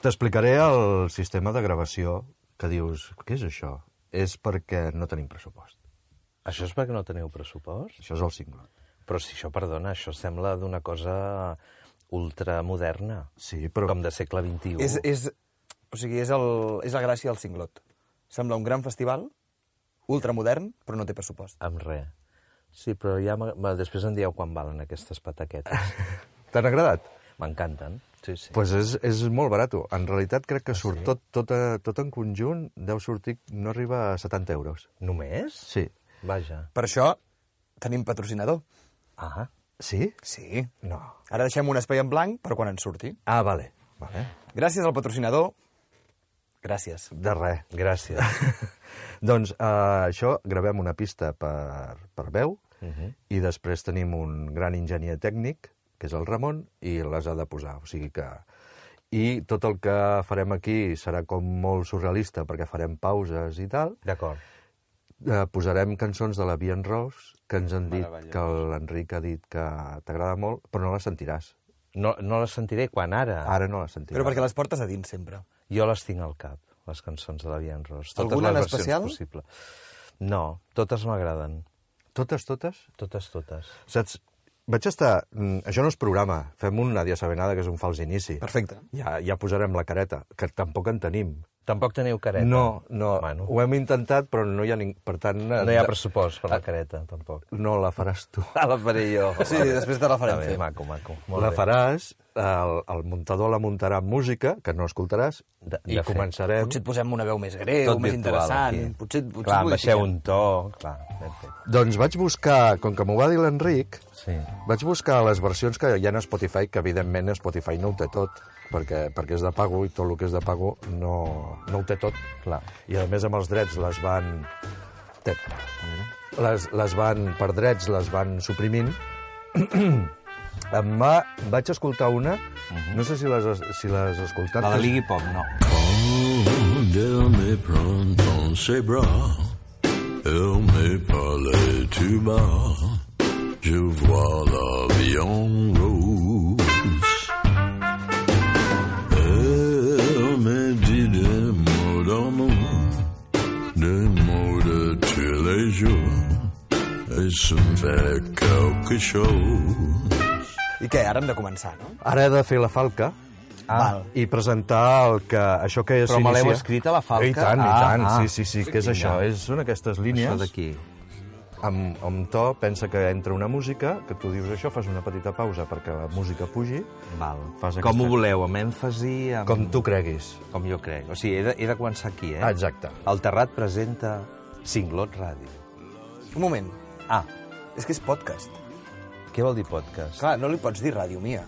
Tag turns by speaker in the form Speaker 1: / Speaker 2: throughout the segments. Speaker 1: T'explicaré el sistema de gravació que dius, què és això? És perquè no tenim pressupost.
Speaker 2: Això és perquè no teniu pressupost?
Speaker 1: Això és el single.
Speaker 2: Però si això, perdona, això sembla d'una cosa ultramoderna,
Speaker 1: Sí, però...
Speaker 2: com de segle XXI.
Speaker 3: És, és, o sigui, és, el, és la gràcia del Cinglot. Sembla un gran festival, ultramodern, però no té pressupost.
Speaker 2: Amb res. Sí, però ja... m'ag- Va, després em dieu quan valen aquestes pataquetes.
Speaker 1: T'han agradat?
Speaker 2: M'encanten. Sí, sí.
Speaker 1: Doncs pues és, és molt barat. En realitat crec que surt tot, tot, a- tot en conjunt, deu sortir, no arriba a 70 euros.
Speaker 2: Només?
Speaker 1: Sí.
Speaker 2: Vaja.
Speaker 3: Per això tenim patrocinador.
Speaker 2: Ah,
Speaker 1: Sí?
Speaker 3: Sí.
Speaker 1: No.
Speaker 3: Ara deixem un espai en blanc per quan en surti.
Speaker 1: Ah, vale. vale.
Speaker 3: Gràcies al patrocinador. Gràcies.
Speaker 1: De res.
Speaker 2: gràcies.
Speaker 1: doncs uh, això, gravem una pista per, per veu uh -huh. i després tenim un gran enginyer tècnic, que és el Ramon, i les ha de posar. O sigui que... I tot el que farem aquí serà com molt surrealista, perquè farem pauses i tal.
Speaker 2: D'acord.
Speaker 1: Eh, posarem cançons de la Bien Rose, que ens han dit que l'Enric ha dit que t'agrada molt, però no la sentiràs.
Speaker 2: No, no les sentiré quan ara.
Speaker 1: Ara no la sentiràs.
Speaker 3: Però perquè les portes a dins sempre.
Speaker 2: Jo les tinc al cap, les cançons de la Bian Ros. Totes
Speaker 3: Alguna
Speaker 2: les
Speaker 3: en
Speaker 2: versions
Speaker 3: especial?
Speaker 2: Possible. No, totes m'agraden.
Speaker 1: Totes, totes?
Speaker 2: Totes, totes.
Speaker 1: Saps? Vaig estar... mm, Això no és programa. Fem un Nadia Sabenada, que és un fals inici.
Speaker 3: Perfecte.
Speaker 1: Ja, ja posarem la careta, que tampoc en tenim.
Speaker 2: Tampoc teniu careta.
Speaker 1: No, no.
Speaker 2: Bueno.
Speaker 1: Ho hem intentat, però no hi ha ningú... Per tant...
Speaker 2: No hi ha pressupost per la careta, tampoc.
Speaker 1: No la faràs tu.
Speaker 2: Ah, la faré jo.
Speaker 3: Sí, després te la farem
Speaker 2: Està bé,
Speaker 3: fer.
Speaker 2: Maco, maco. Molt
Speaker 1: la
Speaker 2: bé.
Speaker 1: faràs, el, el muntador la muntarà amb música, que no escoltaràs,
Speaker 2: De-
Speaker 1: i
Speaker 2: de fet.
Speaker 1: començarem...
Speaker 3: Potser et posem una veu més greu,
Speaker 2: Tot
Speaker 3: més
Speaker 2: virtual,
Speaker 3: interessant.
Speaker 2: aquí.
Speaker 3: Potser, potser
Speaker 2: clar,
Speaker 3: modifiquem.
Speaker 2: baixeu un to. Clar, ben fet.
Speaker 1: Doncs vaig buscar, com que m'ho va dir l'Enric,
Speaker 2: Sí.
Speaker 1: vaig buscar les versions que hi ha a Spotify, que evidentment Spotify no ho té tot, perquè, perquè és de pago i tot el que és de pago no, no ho té tot.
Speaker 2: Clar.
Speaker 1: I a més amb els drets les van... Té. Les, les van, per drets, les van suprimint. em va, vaig escoltar una,
Speaker 2: Mhm.
Speaker 1: no sé si les, has- si les has escoltat.
Speaker 2: La de Ligui Pop, no.
Speaker 4: Déjame pronto en ses bras, elle me parlait tout bas. Je vois la vie en rose. Elle me dit Euh, des mots d'amour, des mots de tous les jours, et ça me fait quelque chose.
Speaker 3: I què, ara hem de començar, no?
Speaker 1: Ara he de fer la falca
Speaker 3: Ah. Val.
Speaker 1: i presentar el que, això que
Speaker 2: Però me l'heu
Speaker 1: s'inicia.
Speaker 2: escrit a la falca?
Speaker 1: I tant, i
Speaker 2: Ah,
Speaker 1: tant,
Speaker 2: ah.
Speaker 1: sí, sí, sí, què és això? És, són aquestes línies,
Speaker 2: Això d'aquí.
Speaker 1: amb, amb to, pensa que entra una música, que tu dius això, fas una petita pausa perquè la música pugi,
Speaker 2: Val.
Speaker 1: Fas aquesta-
Speaker 2: Com ho voleu, amb èmfasi? Amb...
Speaker 1: com tu creguis.
Speaker 2: Com jo crec. O sigui, he de, he de començar aquí, eh?
Speaker 1: Ah, exacte.
Speaker 2: El Terrat presenta Cinglot Ràdio.
Speaker 3: Un moment.
Speaker 2: Ah,
Speaker 3: És que és podcast.
Speaker 2: què vol dir podcast?
Speaker 3: Clar, no li pots dir ràdio, Mia.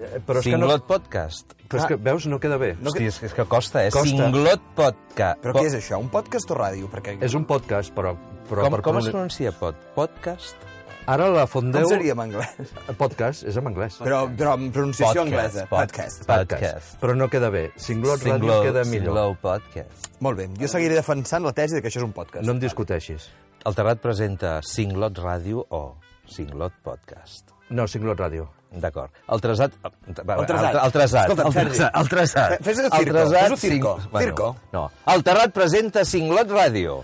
Speaker 1: Eh, Però és que, no,
Speaker 2: Cinglot Podcast.
Speaker 1: però és que veus, no queda bé.
Speaker 2: Hosti, és, que- és que costa, eh?
Speaker 1: Costa.
Speaker 2: Cinglot Podcast.
Speaker 3: Però què és això, un podcast o ràdio? Perquè
Speaker 1: És un podcast, però... però
Speaker 2: Com,
Speaker 1: per
Speaker 2: com es
Speaker 1: pronu-
Speaker 2: pronuncia pod? Podcast?
Speaker 1: Ara la
Speaker 3: com
Speaker 1: fondeu...
Speaker 3: seria en anglès?
Speaker 1: Podcast, és en anglès.
Speaker 3: Però, però amb pronunciació anglesa. Podcast.
Speaker 2: Podcast. Podcast.
Speaker 1: Però no queda bé. Singlot Ràdio
Speaker 2: Cinglot,
Speaker 1: queda millor.
Speaker 2: Cinglot Podcast.
Speaker 3: Molt bé, jo seguiré defensant la tesi de que això és un podcast.
Speaker 1: No em discuteixis.
Speaker 2: El Terrat presenta Cinglot Ràdio o Cinglot Podcast.
Speaker 1: No, Singlot Ràdio.
Speaker 2: D'acord. El tresat... El
Speaker 3: tresat.
Speaker 2: El tresat.
Speaker 3: Escolta'm,
Speaker 2: El
Speaker 3: Sergi.
Speaker 2: tresat. El tresat.
Speaker 3: Fes- fes el circo, fes el circo,
Speaker 2: cin-
Speaker 3: circo.
Speaker 2: No. El terrat presenta Cinglot Ràdio.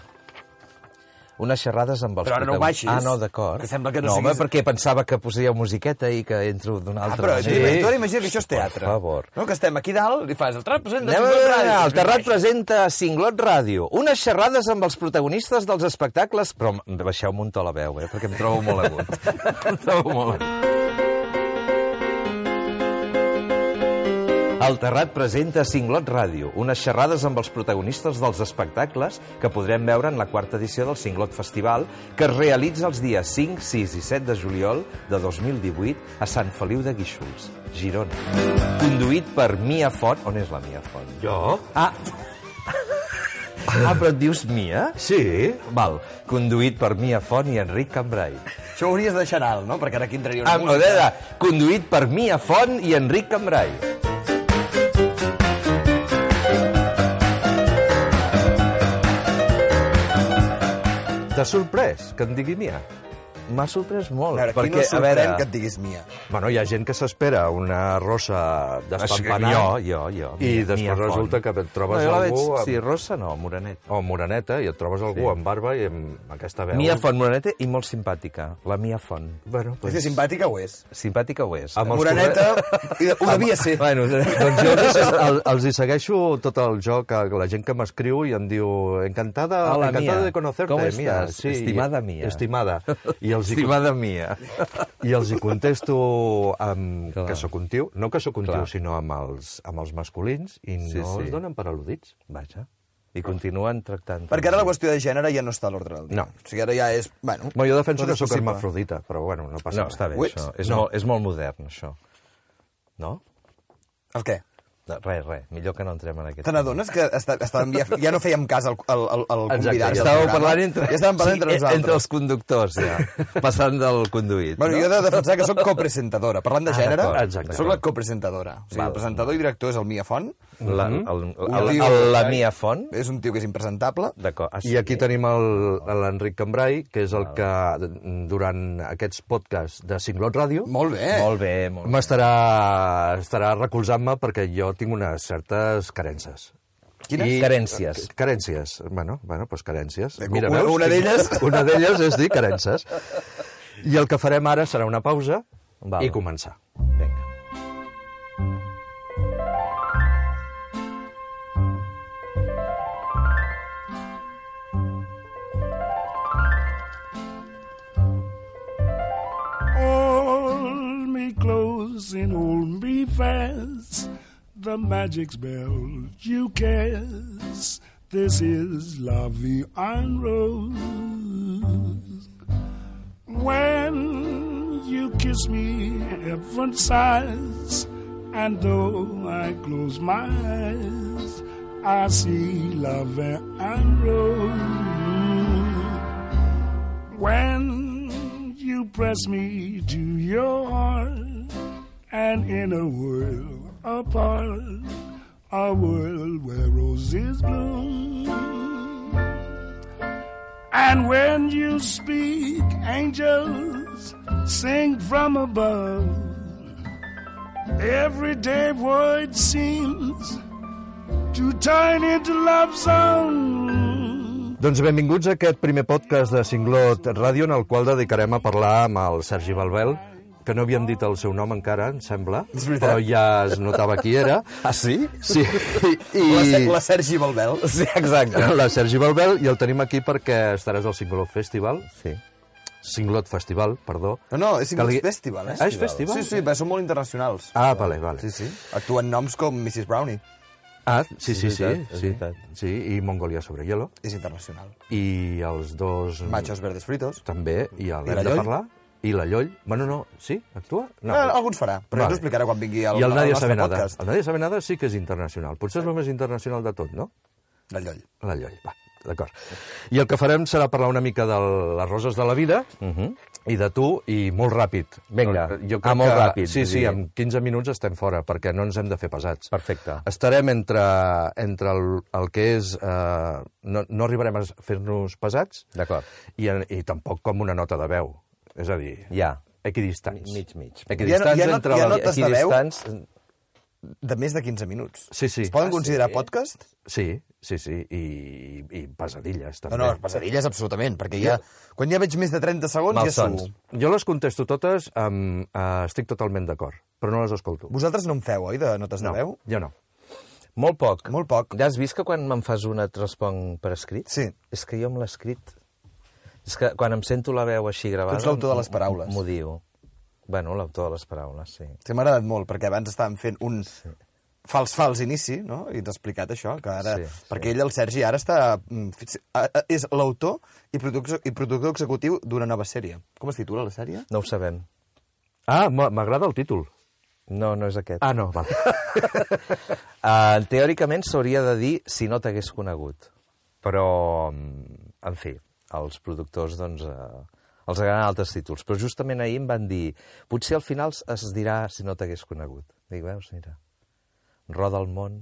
Speaker 2: Unes xerrades amb els
Speaker 3: Però ara no ho
Speaker 2: protagonistes.
Speaker 3: baixis.
Speaker 2: Ah, no, d'acord.
Speaker 3: Que sembla que no
Speaker 2: no
Speaker 3: siguis-
Speaker 2: home, perquè pensava que posaria musiqueta i que entro d'una
Speaker 3: Ah,
Speaker 2: altra
Speaker 3: però
Speaker 2: manera.
Speaker 3: sí. tu ara imagina que això és
Speaker 2: Per
Speaker 3: teatre.
Speaker 2: favor.
Speaker 3: No, que estem aquí dalt i fas el trap presenta...
Speaker 2: Anem a
Speaker 3: Cinglot
Speaker 2: veure,
Speaker 3: Ràdio.
Speaker 2: el Terrat presenta Cinglot Ràdio, unes xerrades amb els protagonistes dels espectacles... Però m- baixeu-me un to la veu, eh, perquè em trobo molt agut. em trobo molt agut. El Terrat presenta Cinglot Ràdio, unes xerrades amb els protagonistes dels espectacles que podrem veure en la quarta edició del Cinglot Festival, que es realitza els dies 5, 6 i 7 de juliol de 2018 a Sant Feliu de Guíxols, Girona. Conduït per Mia Font. On és la Mia Font?
Speaker 1: Jo?
Speaker 2: Ah. ah, però et dius Mia?
Speaker 1: Sí.
Speaker 2: Val, conduït per Mia Font i Enric Cambrai.
Speaker 3: Això ho hauries de deixar alt, no? Perquè ara aquí entraria una
Speaker 2: Ah, no, de, conduït per Mia Font i Enric Cambrai.
Speaker 1: T'ha sorprès que em digui Mia?
Speaker 2: M'ha sorprès molt.
Speaker 3: A veure,
Speaker 2: perquè,
Speaker 3: perquè, qui no
Speaker 2: a
Speaker 3: sorprèn
Speaker 2: veure,
Speaker 3: que et diguis Mia?
Speaker 1: Bueno, hi ha gent que s'espera una rosa
Speaker 2: Jo,
Speaker 1: despampanant
Speaker 2: jo, jo.
Speaker 1: i
Speaker 2: Mia- Mia
Speaker 1: després
Speaker 2: Font.
Speaker 1: resulta que et
Speaker 2: No,
Speaker 1: trobes
Speaker 2: jo la veig,
Speaker 1: algú... amb-
Speaker 2: sí, rossa no, moreneta.
Speaker 1: o moreneta i et trobes algú sí. amb barba i amb aquesta veu.
Speaker 2: Mia Font, moreneta i molt simpàtica. La Mia Font. Doncs
Speaker 1: Bueno,
Speaker 3: És
Speaker 1: pues,
Speaker 3: que simpàtica ho és.
Speaker 2: Simpàtica ho és.
Speaker 1: Amb els
Speaker 3: Moreneta, i ho devia ser.
Speaker 2: Ah, Bueno,
Speaker 1: doncs jo els, el, els hi segueixo tot el joc a la gent que m'escriu i em diu encantada,
Speaker 2: Hola,
Speaker 1: encantada
Speaker 2: Mia.
Speaker 1: de conocerte,
Speaker 2: Com
Speaker 1: Mia.
Speaker 2: estàs? Estimada Mia.
Speaker 1: Estimada. I els, hi,
Speaker 2: estimada Mia.
Speaker 1: I els hi contesto amb
Speaker 2: Clar.
Speaker 1: Clar. que sóc un tio, no que sóc un
Speaker 2: Clar.
Speaker 1: tio, sinó amb els, amb els masculins i
Speaker 2: Sí,
Speaker 1: sí, no
Speaker 2: sí.
Speaker 1: sí. es donen per al·ludits.
Speaker 2: Vaja. I continuen tractant.
Speaker 3: eh? Perquè ara la qüestió de gènere ja no està a l'ordre del dia.
Speaker 1: No.
Speaker 3: O sigui, ara ja és... Bueno,
Speaker 1: Bueno, jo defenso
Speaker 3: tot
Speaker 1: que
Speaker 3: és
Speaker 1: sóc
Speaker 3: possible.
Speaker 1: hermafrodita, però bueno, no passa
Speaker 2: No, està bé,
Speaker 3: Ho ets?
Speaker 2: això. És, molt, és molt modern, això. No?
Speaker 3: El què?
Speaker 2: No, Res, res. Millor que no entrem en aquest...
Speaker 3: Te n'adones que està, estàvem, ja, ja no fèiem cas al, al, al, al
Speaker 2: Exacte,
Speaker 3: convidat? del
Speaker 2: estàveu
Speaker 3: programa.
Speaker 2: parlant entre...
Speaker 3: Ja estàvem parlant entre
Speaker 2: sí,
Speaker 3: nosaltres.
Speaker 2: Entre els conductors, ja. Passant del conduït.
Speaker 3: Bueno,
Speaker 2: no? Ah,
Speaker 3: jo he de defensar que sóc copresentadora. Parlant de gènere,
Speaker 2: d'acord,
Speaker 1: exacte.
Speaker 3: sóc la copresentadora. O sigui, el presentador i director és el Mia Font.
Speaker 2: La, el, el,
Speaker 3: Mhm. Un
Speaker 2: el,
Speaker 3: tio-
Speaker 2: el, la Mia Font.
Speaker 3: És un tio que és impresentable.
Speaker 2: D'acord. Ah, sí.
Speaker 1: I aquí tenim el- l'Enric Cambrai, que és el que d- durant aquests podcasts de Cinglot Ràdio
Speaker 3: Molt bé.
Speaker 2: Molt bé, molt bé.
Speaker 1: m'estarà estarà recolzant-me perquè jo tinc unes certes carences.
Speaker 2: Quines? Carències.
Speaker 1: Carències. Bueno, bueno, doncs carències.
Speaker 3: Bé, una- una d'elles-
Speaker 1: Una d'elles és dir carences. I el que farem ara serà una pausa
Speaker 2: Val.
Speaker 1: i començar.
Speaker 2: Vinga.
Speaker 5: Hold me close and hold me fast. The magic spell you cast. This is love and rose. When you kiss me, heaven sighs. And though I close my eyes, I see love and rose. When you press me to your heart, and in a world apart, a world where roses bloom. And when you speak, angels sing from above. Everyday word seems to turn into love songs.
Speaker 1: Doncs benvinguts a aquest primer podcast de Cinglot Ràdio, en el qual dedicarem a parlar amb el Sergi Balbel, que no havíem dit el seu nom encara, em sembla,
Speaker 3: És veritat.
Speaker 1: però ja es notava qui era.
Speaker 2: Ah, sí?
Speaker 1: Sí, i...
Speaker 3: La, Se- la Sergi Balbel.
Speaker 2: Sí, exacte.
Speaker 1: La Sergi Balbel, i el tenim aquí perquè estaràs al Cinglot Festival,
Speaker 2: Sí.
Speaker 1: Cinglot Festival, perdó.
Speaker 3: No, no, és Singles
Speaker 1: Calgui-
Speaker 3: Festival, eh?
Speaker 1: Ah, és festival?
Speaker 3: Sí, sí, però són molt internacionals.
Speaker 1: Ah, vale, vale.
Speaker 3: Sí, sí. Actuen noms com Mrs. Brownie.
Speaker 1: Ah, sí, sí,
Speaker 2: És
Speaker 1: sí.
Speaker 2: veritat, és
Speaker 1: sí,
Speaker 2: veritat.
Speaker 1: sí, i Mongolia sobre hielo.
Speaker 3: És internacional.
Speaker 1: I els dos...
Speaker 3: Machos verdes fritos.
Speaker 1: També, i
Speaker 3: I
Speaker 1: l'hem
Speaker 3: la
Speaker 1: de
Speaker 3: Lloll?
Speaker 1: parlar. I la Lloll. Bueno, no, sí, actua? No.
Speaker 3: Ah, alguns farà, però ja
Speaker 1: Vale.
Speaker 3: t'ho explicarà quan vingui el,
Speaker 1: I el Nadia
Speaker 3: nostre
Speaker 1: Sabenada.
Speaker 3: podcast.
Speaker 1: El Nadia Sabenada sí que és internacional. Potser és el més internacional de tot, no?
Speaker 3: La Lloll.
Speaker 1: La Lloll, va, d'acord. I el que farem serà parlar una mica de les roses de la vida uh -huh. i de tu, i molt ràpid.
Speaker 2: Mhm. Vinga,
Speaker 1: Jo crec
Speaker 2: ah, molt
Speaker 1: que-
Speaker 2: ràpid,
Speaker 1: Sí,
Speaker 2: vull
Speaker 1: sí,
Speaker 2: dir.
Speaker 1: en 15 minuts estem fora, perquè no ens hem de fer pesats.
Speaker 2: Perfecte.
Speaker 1: Estarem entre, entre el, el que és... Eh, no, no arribarem a fer-nos pesats
Speaker 2: D'acord.
Speaker 1: i, en- i tampoc com una nota de veu. És a dir,
Speaker 2: Ja.
Speaker 1: equidistants.
Speaker 2: Mig, mig.
Speaker 1: Equidistants
Speaker 3: Hi ha no- hi ha
Speaker 1: entre...
Speaker 3: no- hi ha
Speaker 1: la-
Speaker 3: notes de veu?
Speaker 2: Equidistants,
Speaker 3: De més de 15 minuts.
Speaker 1: Sí, sí.
Speaker 3: Es poden considerar podcast?
Speaker 1: Sí, sí, sí, i, i pesadilles,
Speaker 3: No,
Speaker 1: també.
Speaker 3: no, pesadilles absolutament, perquè ja... Quan ja veig més de 30 segons, ja
Speaker 2: Malsons.
Speaker 3: segur.
Speaker 1: Jo les contesto totes, amb, eh, estic totalment d'acord, però no les escolto.
Speaker 3: Vosaltres no en feu, oi, de notes
Speaker 1: No,
Speaker 3: de veu?
Speaker 1: jo no.
Speaker 2: molt poc.
Speaker 3: Molt poc.
Speaker 2: Ja has vist que quan me'n fas una et responc per escrit?
Speaker 3: Sí.
Speaker 2: És que jo amb l'escrit... És que quan em sento la veu així gravada...
Speaker 3: Tu ets l'autor de les paraules.
Speaker 2: M'ho diu. Bueno, l'autor de les paraules, sí.
Speaker 3: Sí, m'ha agradat molt, perquè abans estàvem fent un fals, fals inici, no? I t'ha explicat això, que ara...
Speaker 2: Sí,
Speaker 3: Sí,
Speaker 2: sí.
Speaker 3: Perquè ell, el Sergi, ara està... mm, fix- a- a- És l'autor i, productor, i productor executiu d'una nova sèrie. Com es titula la sèrie?
Speaker 2: No ho sabem.
Speaker 1: Ah, m'a- m'agrada el títol.
Speaker 2: No, no és aquest.
Speaker 1: Ah, no, val.
Speaker 2: Uh, teòricament s'hauria de dir si no t'hagués conegut. Però, mm, en fi, els productors, doncs, uh, els agraden altres títols. Però justament ahir em van dir potser al final es dirà si no t'hagués conegut. Dic, veus, mira, roda el món...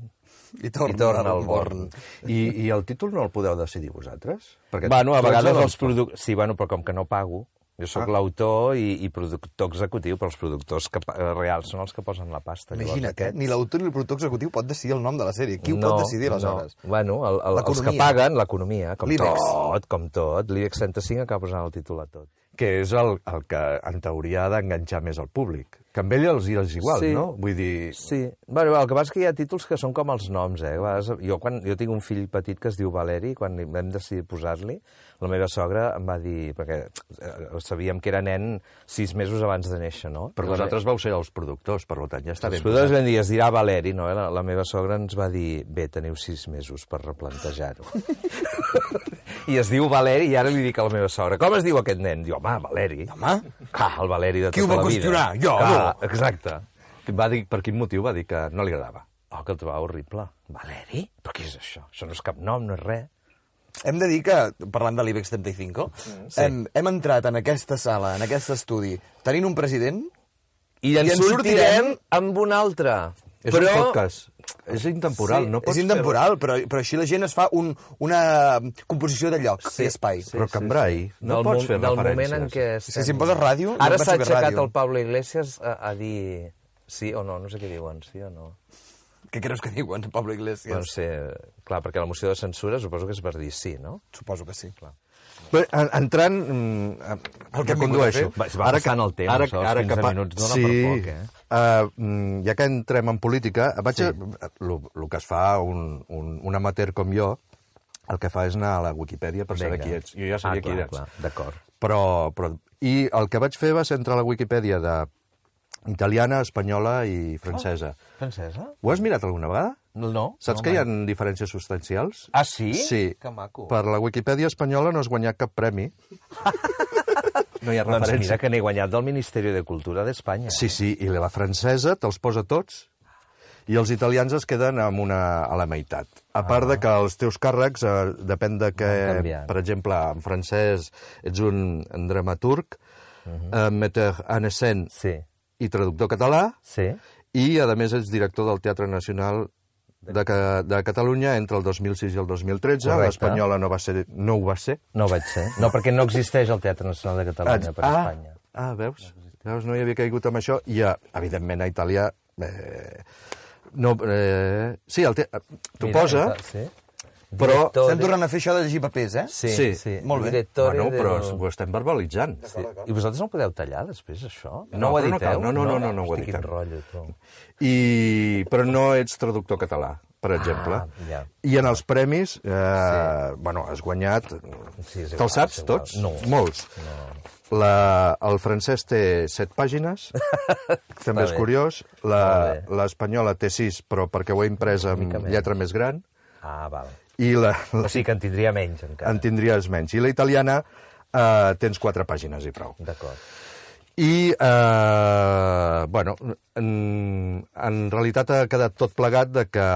Speaker 3: I torna,
Speaker 2: I torna
Speaker 3: al
Speaker 2: al Born.
Speaker 3: Born.
Speaker 1: I, I el títol no el podeu decidir vosaltres?
Speaker 2: bueno, a
Speaker 1: tu ets
Speaker 2: vegades
Speaker 1: el-
Speaker 2: els productors... Sí, bueno, però com que no pago, Jo
Speaker 3: Ah.
Speaker 2: sóc l'autor i, i productor executiu, però els productors que, pa- eh, reals són els que posen la pasta. Llavors,
Speaker 3: Imagina't, eh?
Speaker 2: aquest-
Speaker 3: ni l'autor ni el productor executiu pot decidir el nom de la sèrie. Qui ho pot decidir, aleshores?
Speaker 2: No. Bueno, el, el, els que
Speaker 3: L'economia. E
Speaker 2: paguen, l'economia, com
Speaker 3: L'Ibex.
Speaker 2: tot, com tot. L'IBEX 35 acaba posant el títol a tot.
Speaker 1: que és el, el que en teoria ha d'enganxar més al públic. Que amb ell els hi és igual,
Speaker 2: Sí.
Speaker 1: no? Vull dir,
Speaker 2: Sí. Bueno, el que passa és que hi ha títols que són com els noms, eh? A vegades, jo, quan, jo tinc un fill petit que es diu Valeri, quan li- vam decidir posar-li, la meva sogra em va dir, perquè eh, sabíem que era nen sis mesos abans de néixer, no?
Speaker 1: però
Speaker 2: Llavors,
Speaker 1: vosaltres vau ser els productors, per tant, ja està
Speaker 2: Els
Speaker 1: ben
Speaker 2: productors
Speaker 1: posat.
Speaker 2: vam dir, es dirà Valeri, no? La, la meva sogra ens va dir, bé, teniu sis mesos per replantejar-ho. I es diu Valeri, i ara li dic a la meva sogra, com es diu aquest nen? Diu, home, Valeri. Home? Clar, el Valeri de
Speaker 3: Qui ho
Speaker 2: tota
Speaker 3: va
Speaker 2: la vida.
Speaker 3: qüestionar? Jo,
Speaker 2: Clar, no. Exacte.
Speaker 1: Va dir, per quin motiu va dir que no li agradava?
Speaker 2: Oh, que el trobava horrible. Valeri? Però què és això? Això no és cap nom, no és res.
Speaker 3: Hem de dir que, parlant de l'IBEX 35, hem, hem entrat en aquesta sala, en aquest estudi, tenint un president...
Speaker 2: I ens, I ens sortirem amb un altre.
Speaker 1: És
Speaker 2: però...
Speaker 1: un podcast. És intemporal, no pots
Speaker 3: és intemporal, però, però així la gent es fa un, una composició de lloc sí, i espai.
Speaker 1: fer... Però Cambrai, no
Speaker 2: del
Speaker 1: pots
Speaker 2: mo-
Speaker 1: fer
Speaker 2: del
Speaker 1: referències.
Speaker 2: moment en què...
Speaker 3: Si- si em poses ràdio, jo
Speaker 2: Ara
Speaker 3: penso
Speaker 2: s'ha
Speaker 3: que és
Speaker 2: aixecat
Speaker 3: ràdio.
Speaker 2: el Pablo Iglesias a, a dir sí o no, no sé què diuen, sí o no.
Speaker 3: Què creus que diuen, Pablo Iglesias?
Speaker 2: Yes. No sé, clar, perquè la moció de censura suposo que és per dir sí, no?
Speaker 3: Suposo que sí. Clar.
Speaker 1: Bé, en- entrant... Mm,
Speaker 3: El que hem vingut a
Speaker 1: recondueixo.
Speaker 2: fer. Va- va passant el temps, això, els 15 minuts dona
Speaker 1: sí,
Speaker 2: per poc, eh?
Speaker 1: Uh, mm, ja que entrem en política, vaig sí. a, lo, lo que es fa un, un, un amateur com jo, el que fa és anar a la Wikipedia per saber
Speaker 2: Vinga.
Speaker 1: qui ets. Jo ja sabia
Speaker 2: ah, clar,
Speaker 1: qui ets.
Speaker 2: clar, D'acord.
Speaker 1: però, però... I el que vaig fer va ser entrar a la Wikipedia de italiana, espanyola i francesa.
Speaker 2: Francesa?
Speaker 1: Ho has mirat alguna vegada?
Speaker 2: No.
Speaker 1: Saps
Speaker 2: Oh. no,
Speaker 1: que hi ha
Speaker 2: mai.
Speaker 1: diferències substancials?
Speaker 2: Ah, sí?
Speaker 1: Sí.
Speaker 2: Que maco.
Speaker 1: Per la Wikipedia espanyola no has guanyat cap premi. no hi ha
Speaker 2: Doncs
Speaker 1: referència.
Speaker 2: mira que n'he guanyat del Ministeri de Cultura d'Espanya.
Speaker 1: Sí, sí, i la francesa te'ls posa tots i els italians es queden amb una, a la meitat. A part de que els teus càrrecs, eh, depèn de que,
Speaker 2: Ah. Van canviant.
Speaker 1: per exemple, en francès ets un dramaturg, uh
Speaker 2: Mhm.
Speaker 1: -huh. eh, meter en escena
Speaker 2: Sí.
Speaker 1: i traductor català,
Speaker 2: Sí.
Speaker 1: i, a més, ets director del Teatre Nacional de, Ca- de Catalunya entre el 2006 i el 2013.
Speaker 2: Correcte.
Speaker 1: L'Espanyola no, va ser, no ho va ser.
Speaker 2: No vaig ser. No, perquè no existeix el Teatre Nacional de Catalunya per Espanya.
Speaker 1: Ah, veus? Veus, no hi havia caigut amb això. I, a, evidentment, a Itàlia... Eh, no, eh, sí, el te... t'ho
Speaker 2: Mira,
Speaker 1: posa,
Speaker 2: eh, Sí.
Speaker 1: però...
Speaker 2: Director
Speaker 3: Estem tornant a fer això de llegir papers, eh?
Speaker 2: Sí,
Speaker 1: Sí.
Speaker 2: sí. sí.
Speaker 3: Molt bé.
Speaker 2: Director
Speaker 1: Bueno, però
Speaker 2: del-
Speaker 1: ho estem verbalitzant. Sí.
Speaker 2: I vosaltres no ho podeu tallar després, això? No,
Speaker 1: No,
Speaker 2: ho
Speaker 1: però no
Speaker 2: editeu?
Speaker 1: cal. No, no, no, no, no ho
Speaker 2: Hosti, quin
Speaker 1: editem.
Speaker 2: rotllo, tu.
Speaker 1: I, però no ets traductor català, per exemple.
Speaker 2: Ah, ja.
Speaker 1: I en els premis, eh, sí. bueno, has guanyat...
Speaker 2: Sí, és igual,
Speaker 1: Te'ls
Speaker 2: és
Speaker 1: saps
Speaker 2: igual.
Speaker 1: tots?
Speaker 2: No.
Speaker 1: Molts. No. La, el francès té set pàgines, també és
Speaker 2: bé.
Speaker 1: curiós.
Speaker 2: Molt
Speaker 1: La-
Speaker 2: bé.
Speaker 1: L'espanyola té sis, però perquè ho he imprès amb
Speaker 2: més.
Speaker 1: lletra més gran.
Speaker 2: Ah, val.
Speaker 1: I la,
Speaker 2: O sigui que en tindria menys, encara.
Speaker 1: en tindries menys. I la italiana eh, tens quatre pàgines i prou.
Speaker 2: D'acord.
Speaker 1: I, eh, bueno, en, en realitat ha quedat tot plegat de que,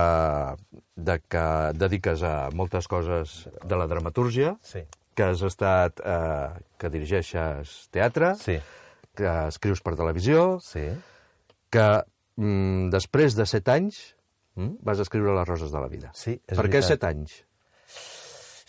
Speaker 1: de que et dediques a moltes coses de la dramatúrgia,
Speaker 2: Sí.
Speaker 1: que has estat... Eh, que dirigeixes teatre,
Speaker 2: Sí.
Speaker 1: que escrius per televisió,
Speaker 2: Sí.
Speaker 1: que mm, després de set anys mm? vas escriure Les roses de la vida.
Speaker 2: Sí, és
Speaker 1: per què
Speaker 2: veritat.
Speaker 1: set anys?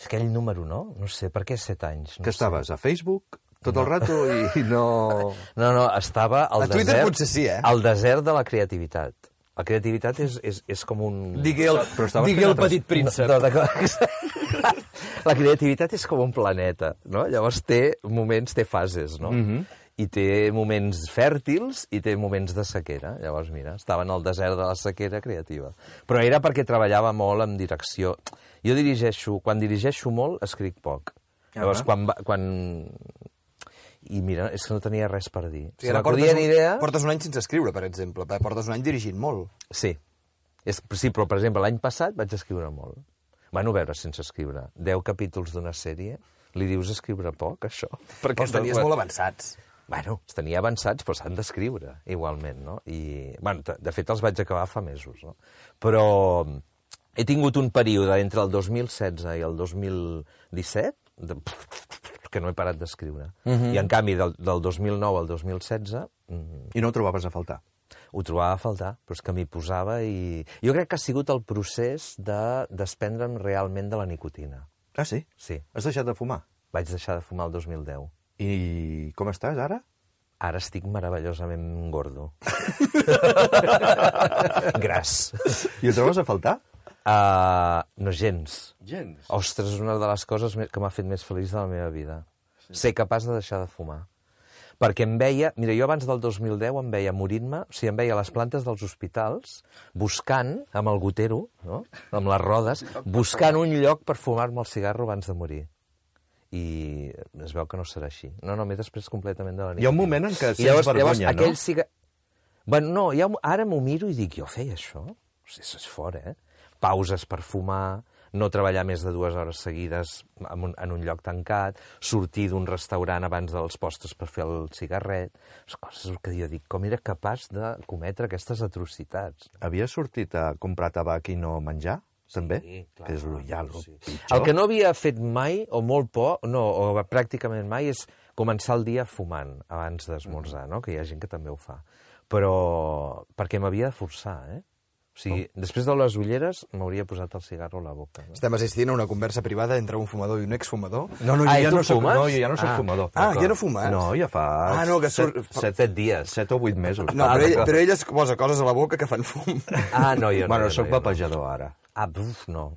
Speaker 2: És aquell número, no? No sé, per què set anys? No
Speaker 1: Que estaves a Facebook tot el rato i, i no...
Speaker 2: No, no, estava al
Speaker 3: A
Speaker 2: desert...
Speaker 3: Twitter potser sí, eh?
Speaker 2: Al desert de la creativitat. La creativitat és, és, és com un...
Speaker 3: Digui el, digui el petit príncep.
Speaker 2: No, d'acord. la creativitat és com un planeta, no? Llavors té moments, té fases, no? Mm
Speaker 3: Mhm.
Speaker 2: -hmm. I té moments fèrtils i té moments de sequera. Llavors, mira, estava en el desert de la sequera creativa. Però era perquè treballava molt en direcció. Jo dirigeixo... Quan dirigeixo molt, escric poc.
Speaker 3: Ah.
Speaker 2: Llavors, quan, va, quan... I mira, és que no tenia res per dir. Sí, Se m'acudia una idea...
Speaker 3: portes un any sense escriure, per exemple. perquè Portes un any dirigint molt.
Speaker 2: Sí. És, sí, però, per exemple, l'any passat vaig escriure molt. Bueno, a veure, sense escriure. Deu capítols d'una sèrie, li dius escriure poc, això? Perquè
Speaker 3: Però els tenies
Speaker 2: no-
Speaker 3: molt avançats.
Speaker 2: Bueno, els tenia avançats, però s'han d'escriure, igualment, no? I, bueno, de- de fet, els vaig acabar fa mesos, no? Però he tingut un període entre el 2016 i el 2017 de... que no he parat d'escriure. I, en canvi, del, del 2009 al 2016, mm,
Speaker 1: I no ho trobaves a faltar.
Speaker 2: ho trobava a faltar, però és que m'hi posava i... Jo crec que ha sigut el procés de desprendre'm realment de la nicotina.
Speaker 1: Ah, sí?
Speaker 2: Sí.
Speaker 1: Has deixat de fumar?
Speaker 2: Vaig deixar de fumar el 2010.
Speaker 1: I com estàs ara?
Speaker 2: Ara estic meravellosament gordo. Gras.
Speaker 1: I ho trobes a faltar?
Speaker 2: Uh, no gens.
Speaker 1: Gens.
Speaker 2: Ostres, és una de les coses me- que m'ha fet més feliç de la meva vida. Sí. Ser capaç de deixar de fumar. Perquè em veia... Mira, jo abans del 2010 em veia morint-me, o sigui, em veia a les plantes dels hospitals, buscant, amb el gotero, no? amb les rodes, buscant un lloc per fumar-me el cigarro abans de morir. I es veu que no serà així. No, no, m'he després completament de la nit.
Speaker 1: Hi ha un moment en què
Speaker 2: I
Speaker 1: sents vergonya, no?
Speaker 2: aquell ciga... Bueno, no, ja, m'ho- ara m'ho miro i dic, jo feia això? O sigui, això és fort, eh? Pauses per fumar, no treballar més de dues hores seguides en un, en un lloc tancat, sortir d'un restaurant abans dels postres per fer el cigarret... És coses que jo dic, com era capaç de cometre aquestes atrocitats?
Speaker 1: Havies sortit a comprar tabac i no menjar, també?
Speaker 2: clar,
Speaker 1: que és lo, ja lo
Speaker 2: sí.
Speaker 1: pitjor.
Speaker 2: El que no havia fet mai, o molt poc, no, o pràcticament mai, és començar el dia fumant abans d'esmorzar, no? que hi ha gent que també ho fa. Però perquè m'havia de forçar, eh? O sigui, després de les ulleres m'hauria posat el cigarro a la boca. No?
Speaker 3: Estem assistint a una conversa privada entre un fumador i un exfumador.
Speaker 1: No, no, jo
Speaker 2: Ah, i
Speaker 1: ja
Speaker 2: tu
Speaker 1: no, soc,
Speaker 2: fumes?
Speaker 1: no, jo ja no soc
Speaker 2: Ah.
Speaker 1: fumador.
Speaker 3: Ah,
Speaker 1: Clar.
Speaker 3: ja no fumes?
Speaker 1: No, ja fa...
Speaker 3: Ah, no, que surt-
Speaker 1: Set, set, set dies. Set o vuit mesos. Ah,
Speaker 3: No, però, ell, però ell es posa coses a la boca que fan fum.
Speaker 2: Ah, no, jo no.
Speaker 1: bueno,
Speaker 2: jo no,
Speaker 1: sóc
Speaker 2: jo no.
Speaker 1: vapejador ara.
Speaker 2: Ah, buf, no.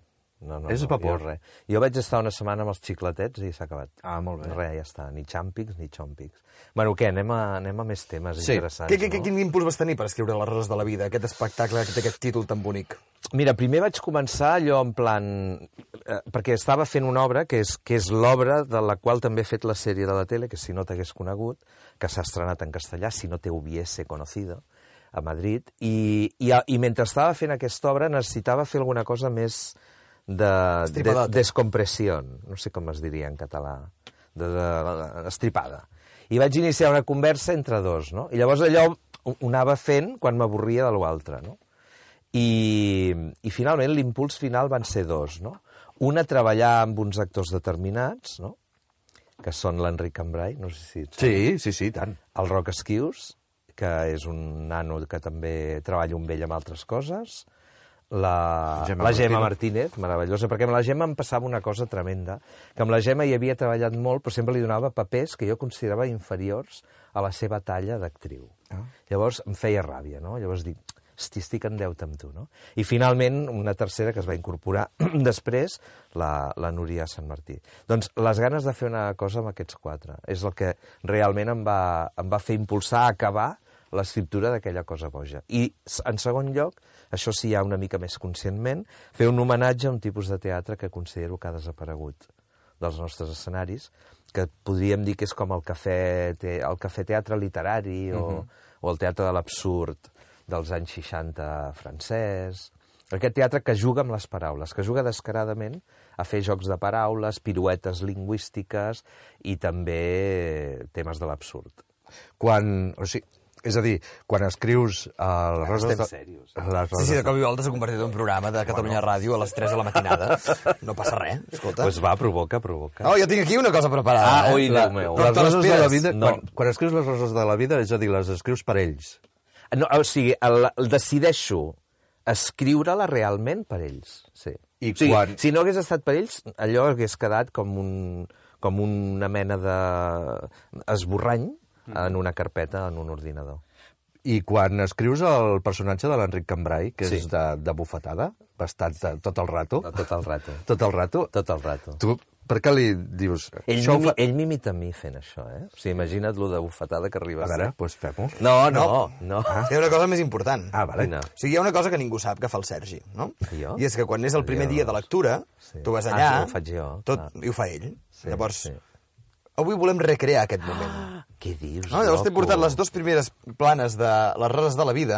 Speaker 2: No, no,
Speaker 1: És
Speaker 2: no,
Speaker 1: vapor.
Speaker 2: Jo, res. jo vaig estar una setmana amb els xicletets i s'ha acabat.
Speaker 1: Ah, molt bé.
Speaker 2: Res, ja està. Ni xàmpics ni xòmpics. Bueno, què, anem a, anem a més temes
Speaker 1: Sí.
Speaker 2: interessants,
Speaker 3: Que, que, que,
Speaker 2: no?
Speaker 3: quin impuls vas tenir per escriure Les roses de la vida, aquest espectacle que té aquest títol tan bonic?
Speaker 2: Mira, primer vaig començar allò en plan... Eh, perquè estava fent una obra que és, que és l'obra de la qual també he fet la sèrie de la tele, que si no t'hagués conegut, que s'ha estrenat en castellà, si no te hubiese conocido, a Madrid. I, i, a- i mentre estava fent aquesta obra necessitava fer alguna cosa més de, de
Speaker 3: Estripadota.
Speaker 2: descompressió, no sé com es diria en català, de, de, de estripada. I vaig iniciar una conversa entre dos, no? I llavors allò ho ho anava fent quan m'avorria de l'altre, no? I, i finalment l'impuls final van ser dos, no? Un a treballar amb uns actors determinats, no? que són l'Enric Cambrai, no sé si et
Speaker 1: Sí, sí, sí, i tant.
Speaker 2: el Roc Esquius, que és un nano que també treballa un vell amb altres coses, la
Speaker 1: Gemma
Speaker 2: Gemma, la Gemma Martínez. meravellosa, perquè amb la Gemma em passava una cosa tremenda, que amb la Gemma hi havia treballat molt, però sempre li donava papers que jo considerava inferiors a la seva talla d'actriu. Ah. Llavors em feia ràbia, no? Llavors dic, hosti, estic en deute amb tu, no? I finalment, una tercera que es va incorporar després, la, la Núria Sant Martí. Doncs les ganes de fer una cosa amb aquests quatre és el que realment em va, em va fer impulsar a acabar l'escriptura d'aquella cosa boja. I, s- en segon lloc, això sí hi ha una mica més conscientment, fer un homenatge a un tipus de teatre que considero que ha desaparegut dels nostres escenaris, que podríem dir que és com el cafè, te, el cafè teatre literari o,
Speaker 1: Mhm.
Speaker 2: o el teatre de l'absurd dels anys 60 francès. Aquest teatre que juga amb les paraules, que juga descaradament a fer jocs de paraules, piruetes lingüístiques i també temes de l'absurd.
Speaker 1: Quan, o sigui, és a dir, quan escrius eh, el roses...
Speaker 2: estem serios, eh?
Speaker 1: Les
Speaker 3: Sí,
Speaker 1: roses
Speaker 3: sí, de cop i volta s'ha convertit en un programa de Catalunya Ràdio a les 3 de la matinada. No passa res, escolta.
Speaker 2: Pues Doncs va, provoca, provoca.
Speaker 3: Oh, jo tinc aquí una cosa preparada.
Speaker 2: Ah,
Speaker 3: eh?
Speaker 2: oi,
Speaker 3: La-
Speaker 2: Déu meu.
Speaker 3: No
Speaker 1: les
Speaker 3: te
Speaker 1: roses de la
Speaker 3: l'esperes.
Speaker 1: vida,
Speaker 2: No.
Speaker 1: no. quan, quan escrius les roses de la vida, és a dir, les escrius per ells.
Speaker 2: No, o sigui, el, el decideixo escriure-la realment per ells. Sí.
Speaker 1: I
Speaker 2: o sigui,
Speaker 1: quan-
Speaker 2: Si no hagués estat per ells, allò hagués quedat com, un, com una mena d'esborrany en una carpeta, en un ordinador.
Speaker 1: I quan escrius el personatge de l'Enric Cambrai, que sí.
Speaker 2: Sí.
Speaker 1: és de, de bufetada, bastant de, tot el rato,
Speaker 2: No, tot el rato.
Speaker 1: tot el rato,
Speaker 2: Tot el rato.
Speaker 1: tu per què li dius... "Eh,
Speaker 2: Ell,
Speaker 1: "Això ho
Speaker 2: mimi,
Speaker 1: fa-"
Speaker 2: ell m'imita a mi fent això, eh? O sigui, imagina't lo de bufetada que arriba
Speaker 1: A veure, Ah. doncs pues fem-ho.
Speaker 2: No, no, no. no.
Speaker 3: Hi ha una cosa més important.
Speaker 1: Ah, vale.
Speaker 2: No.
Speaker 3: O sigui, hi ha una cosa que ningú sap que fa el Sergi, no?
Speaker 2: Jo?
Speaker 3: I és que quan és el primer
Speaker 2: Jo.
Speaker 3: dia de lectura,
Speaker 2: Sí.
Speaker 3: tu vas
Speaker 2: Ah,
Speaker 3: allà...
Speaker 2: sí, ho faig jo,
Speaker 3: Tot,
Speaker 2: clar.
Speaker 3: I ho fa ell.
Speaker 2: Sí,
Speaker 3: Llavors,
Speaker 2: sí.
Speaker 3: avui volem recrear aquest moment.
Speaker 2: Què dius,
Speaker 3: No, llavors t'he
Speaker 2: loco?
Speaker 3: portat les dues primeres planes de les rares de la vida.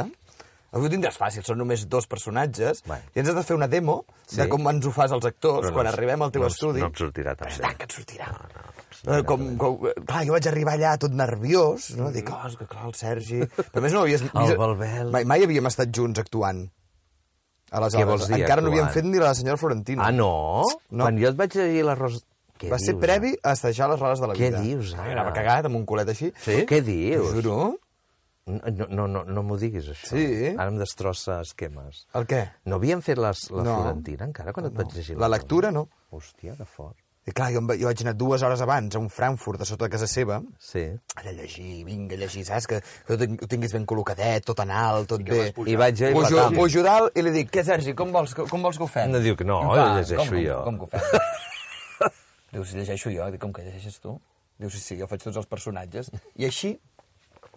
Speaker 3: Avui ho tindràs fàcil, són només dos personatges.
Speaker 2: Bueno.
Speaker 3: I ens has de fer una demo de
Speaker 2: Sí.
Speaker 3: com ens ho fas els actors
Speaker 2: Però no
Speaker 3: quan
Speaker 2: em-
Speaker 3: arribem al teu
Speaker 2: no em-
Speaker 3: estudi.
Speaker 2: no em sortirà tan
Speaker 3: Però és
Speaker 2: bé.
Speaker 3: tant que et sortirà. Eh, com, com, clar, jo vaig arribar allà tot nerviós, no?
Speaker 2: Mm.
Speaker 3: Dic, oh, és que clar, el Sergi... Però a més no havies... vist-
Speaker 2: Balbel.
Speaker 3: Mai, mai havíem estat junts actuant. Aleshores,
Speaker 2: Què vols dir,
Speaker 3: encara no havíem
Speaker 2: actuant?
Speaker 3: fet ni la senyora Florentina.
Speaker 2: Ah, no?
Speaker 3: No.
Speaker 2: no? Quan jo et vaig llegir l'arròs... Què
Speaker 3: Va ser
Speaker 2: dius,
Speaker 3: previ a assajar les rodes de la
Speaker 2: Què
Speaker 3: vida.
Speaker 2: dius, ara?
Speaker 3: Jo Anava cagat amb un culet així.
Speaker 2: Sí? Què dius?
Speaker 3: Juro.
Speaker 2: No, no, no, no m'ho diguis, això.
Speaker 3: Sí.
Speaker 2: Ara em destrossa esquemes.
Speaker 3: El què?
Speaker 2: No havíem fet les, la
Speaker 3: No.
Speaker 2: no. Florentina encara quan et vaig llegir?
Speaker 3: La lectura, no.
Speaker 2: Hòstia, que fort.
Speaker 3: I clar, jo, em va- jo vaig anar dues hores abans a un Frankfurt, a sota de casa seva,
Speaker 2: Sí.
Speaker 3: allà a llegir, vinga, a llegir, saps? Que, que ho tin- ho tinguis ben col·locadet, tot en alt, tot bé.
Speaker 2: I vaig jo i
Speaker 3: Pujo,
Speaker 2: fatal.
Speaker 3: pujo dalt i li dic, què, Sergi, com vols, que- com vols que eh, ho fem?
Speaker 2: No, diu que no,
Speaker 3: Diu, "Va,
Speaker 2: jo llegeixo
Speaker 3: com,
Speaker 2: jo."
Speaker 3: Com, com que ho fem? Diu, si llegeixo jo. Dic, com que llegeixes tu? Diu, sí, sí, jo faig tots els personatges. I així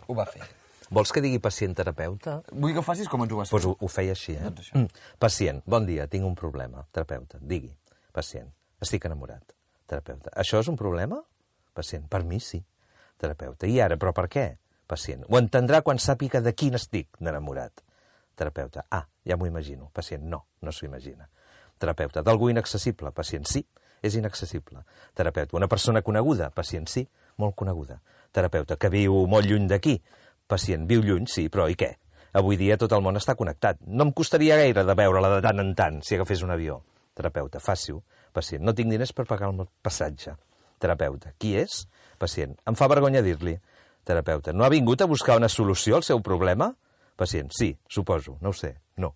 Speaker 3: ho va fer.
Speaker 2: Vols que digui pacient terapeuta?
Speaker 3: Vull que ho facis com ens ho vas
Speaker 2: Doncs pues ho, ho feia així, eh?
Speaker 3: Doncs això.
Speaker 2: Mm. Pacient, bon dia, tinc un problema. Terapeuta, digui. Pacient, estic enamorat. Terapeuta, això és un problema? Pacient, per mi sí. Terapeuta, i ara, però per què? Pacient, ho entendrà quan sàpiga de quin estic enamorat. Terapeuta, ah, ja m'ho imagino. Pacient, no, no s'ho imagina. Terapeuta, d'algú inaccessible. Pacient, sí, és inaccessible. Terapeuta, una persona coneguda. Pacient, sí, molt coneguda. Terapeuta, que viu molt lluny d'aquí. Pacient, viu lluny, sí, però i què? Avui dia tot el món està connectat. No em costaria gaire de veure-la de tant en tant si agafés un avió. Terapeuta, faci-ho. Pacient, no tinc diners per pagar el meu passatge. Terapeuta, qui és? Pacient, em fa vergonya dir-li. Terapeuta, no ha vingut a buscar una solució al seu problema? Pacient, sí, suposo, no ho sé, no.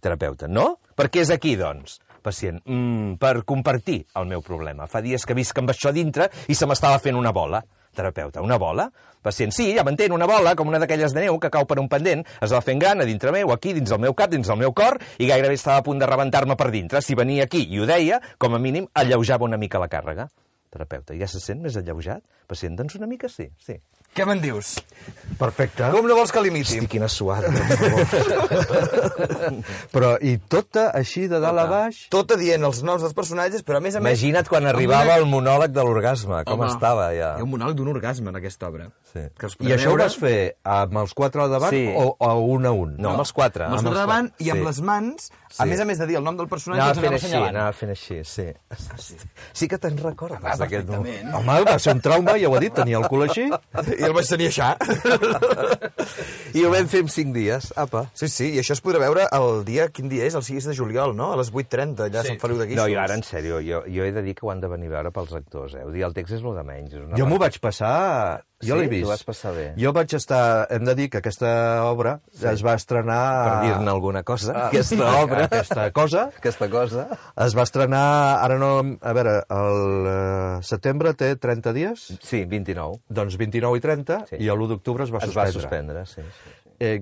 Speaker 2: Terapeuta, no? Per què és aquí, doncs? Pacient, mm, per compartir el meu problema. Fa dies que visc amb això dintre i se m'estava fent una bola. Terapeuta, una bola? Pacient, sí, ja m'entén, una bola, com una d'aquelles de neu que cau per un pendent, es va fent gran a dintre meu, aquí, dins el meu cap, dins el meu cor, i gairebé estava a punt de rebentar-me per dintre. Si venia aquí i ho deia, com a mínim, alleujava una mica la càrrega. Terapeuta, ja se sent més alleujat? Pacient, doncs una mica sí, sí.
Speaker 3: Què me'n dius?
Speaker 1: Perfecte.
Speaker 3: Com no vols que l'imiti?
Speaker 2: Hosti, quina suada, per favor.
Speaker 1: Però, i tota així de dalt a baix...
Speaker 3: Tota dient els noms dels personatges, però a més a més...
Speaker 2: Imagina't quan arribava el monòleg de l'orgasme, com estava ja.
Speaker 3: Hi ha un monòleg d'un orgasme en aquesta obra.
Speaker 2: Sí.
Speaker 3: Que us
Speaker 1: I
Speaker 3: podreu
Speaker 1: això ho
Speaker 3: veure
Speaker 1: vas fer amb els quatre al davant
Speaker 2: Sí.
Speaker 1: o, o un a un?
Speaker 2: No, amb els quatre.
Speaker 3: Amb els dos davant i amb les mans, a
Speaker 2: Sí.
Speaker 3: més a més de dir el nom del personatge,
Speaker 2: Anava
Speaker 3: els
Speaker 2: fent
Speaker 3: anava
Speaker 2: així,
Speaker 3: assenyalant.
Speaker 2: anava fent així, sí. Sí, sí que te'n recordes d'aquest moment.
Speaker 1: Home, va ser un trauma, ja ho he dit, tenia el cul així.
Speaker 3: I el vaig tenir aixà.
Speaker 2: I ho vam fer en cinc dies, apa.
Speaker 3: Sí, sí, i això es podrà veure el dia, quin dia és? El 6 de juliol, no? A les 8.30, allà sí. a Sant Feliu de
Speaker 2: No,
Speaker 3: Guíxols.
Speaker 2: jo ara, en sèrio, jo, jo he de dir que ho han de venir a veure pels actors, eh? Vull dir, el text és el de menys. És una
Speaker 1: Jo m'ho
Speaker 2: part-
Speaker 1: vaig passar... Jo
Speaker 2: Sí?
Speaker 1: l'he vist.
Speaker 2: T'ho vas passar bé.
Speaker 1: Jo vaig estar... Hem de dir que aquesta obra sí. es va estrenar...
Speaker 2: Per dir-ne alguna cosa,
Speaker 1: Ah,
Speaker 2: aquesta obra,
Speaker 1: Aquesta Ah. cosa
Speaker 2: aquesta cosa...
Speaker 1: es va estrenar, ara no... A veure, el eh, setembre té 30 dies,
Speaker 2: Sí, 29.
Speaker 1: doncs 29 i 30,
Speaker 2: Sí.
Speaker 1: sí. i l'1 d'octubre es va
Speaker 2: Es
Speaker 1: suspendre.
Speaker 2: va suspendre, sí. sí.
Speaker 1: Eh,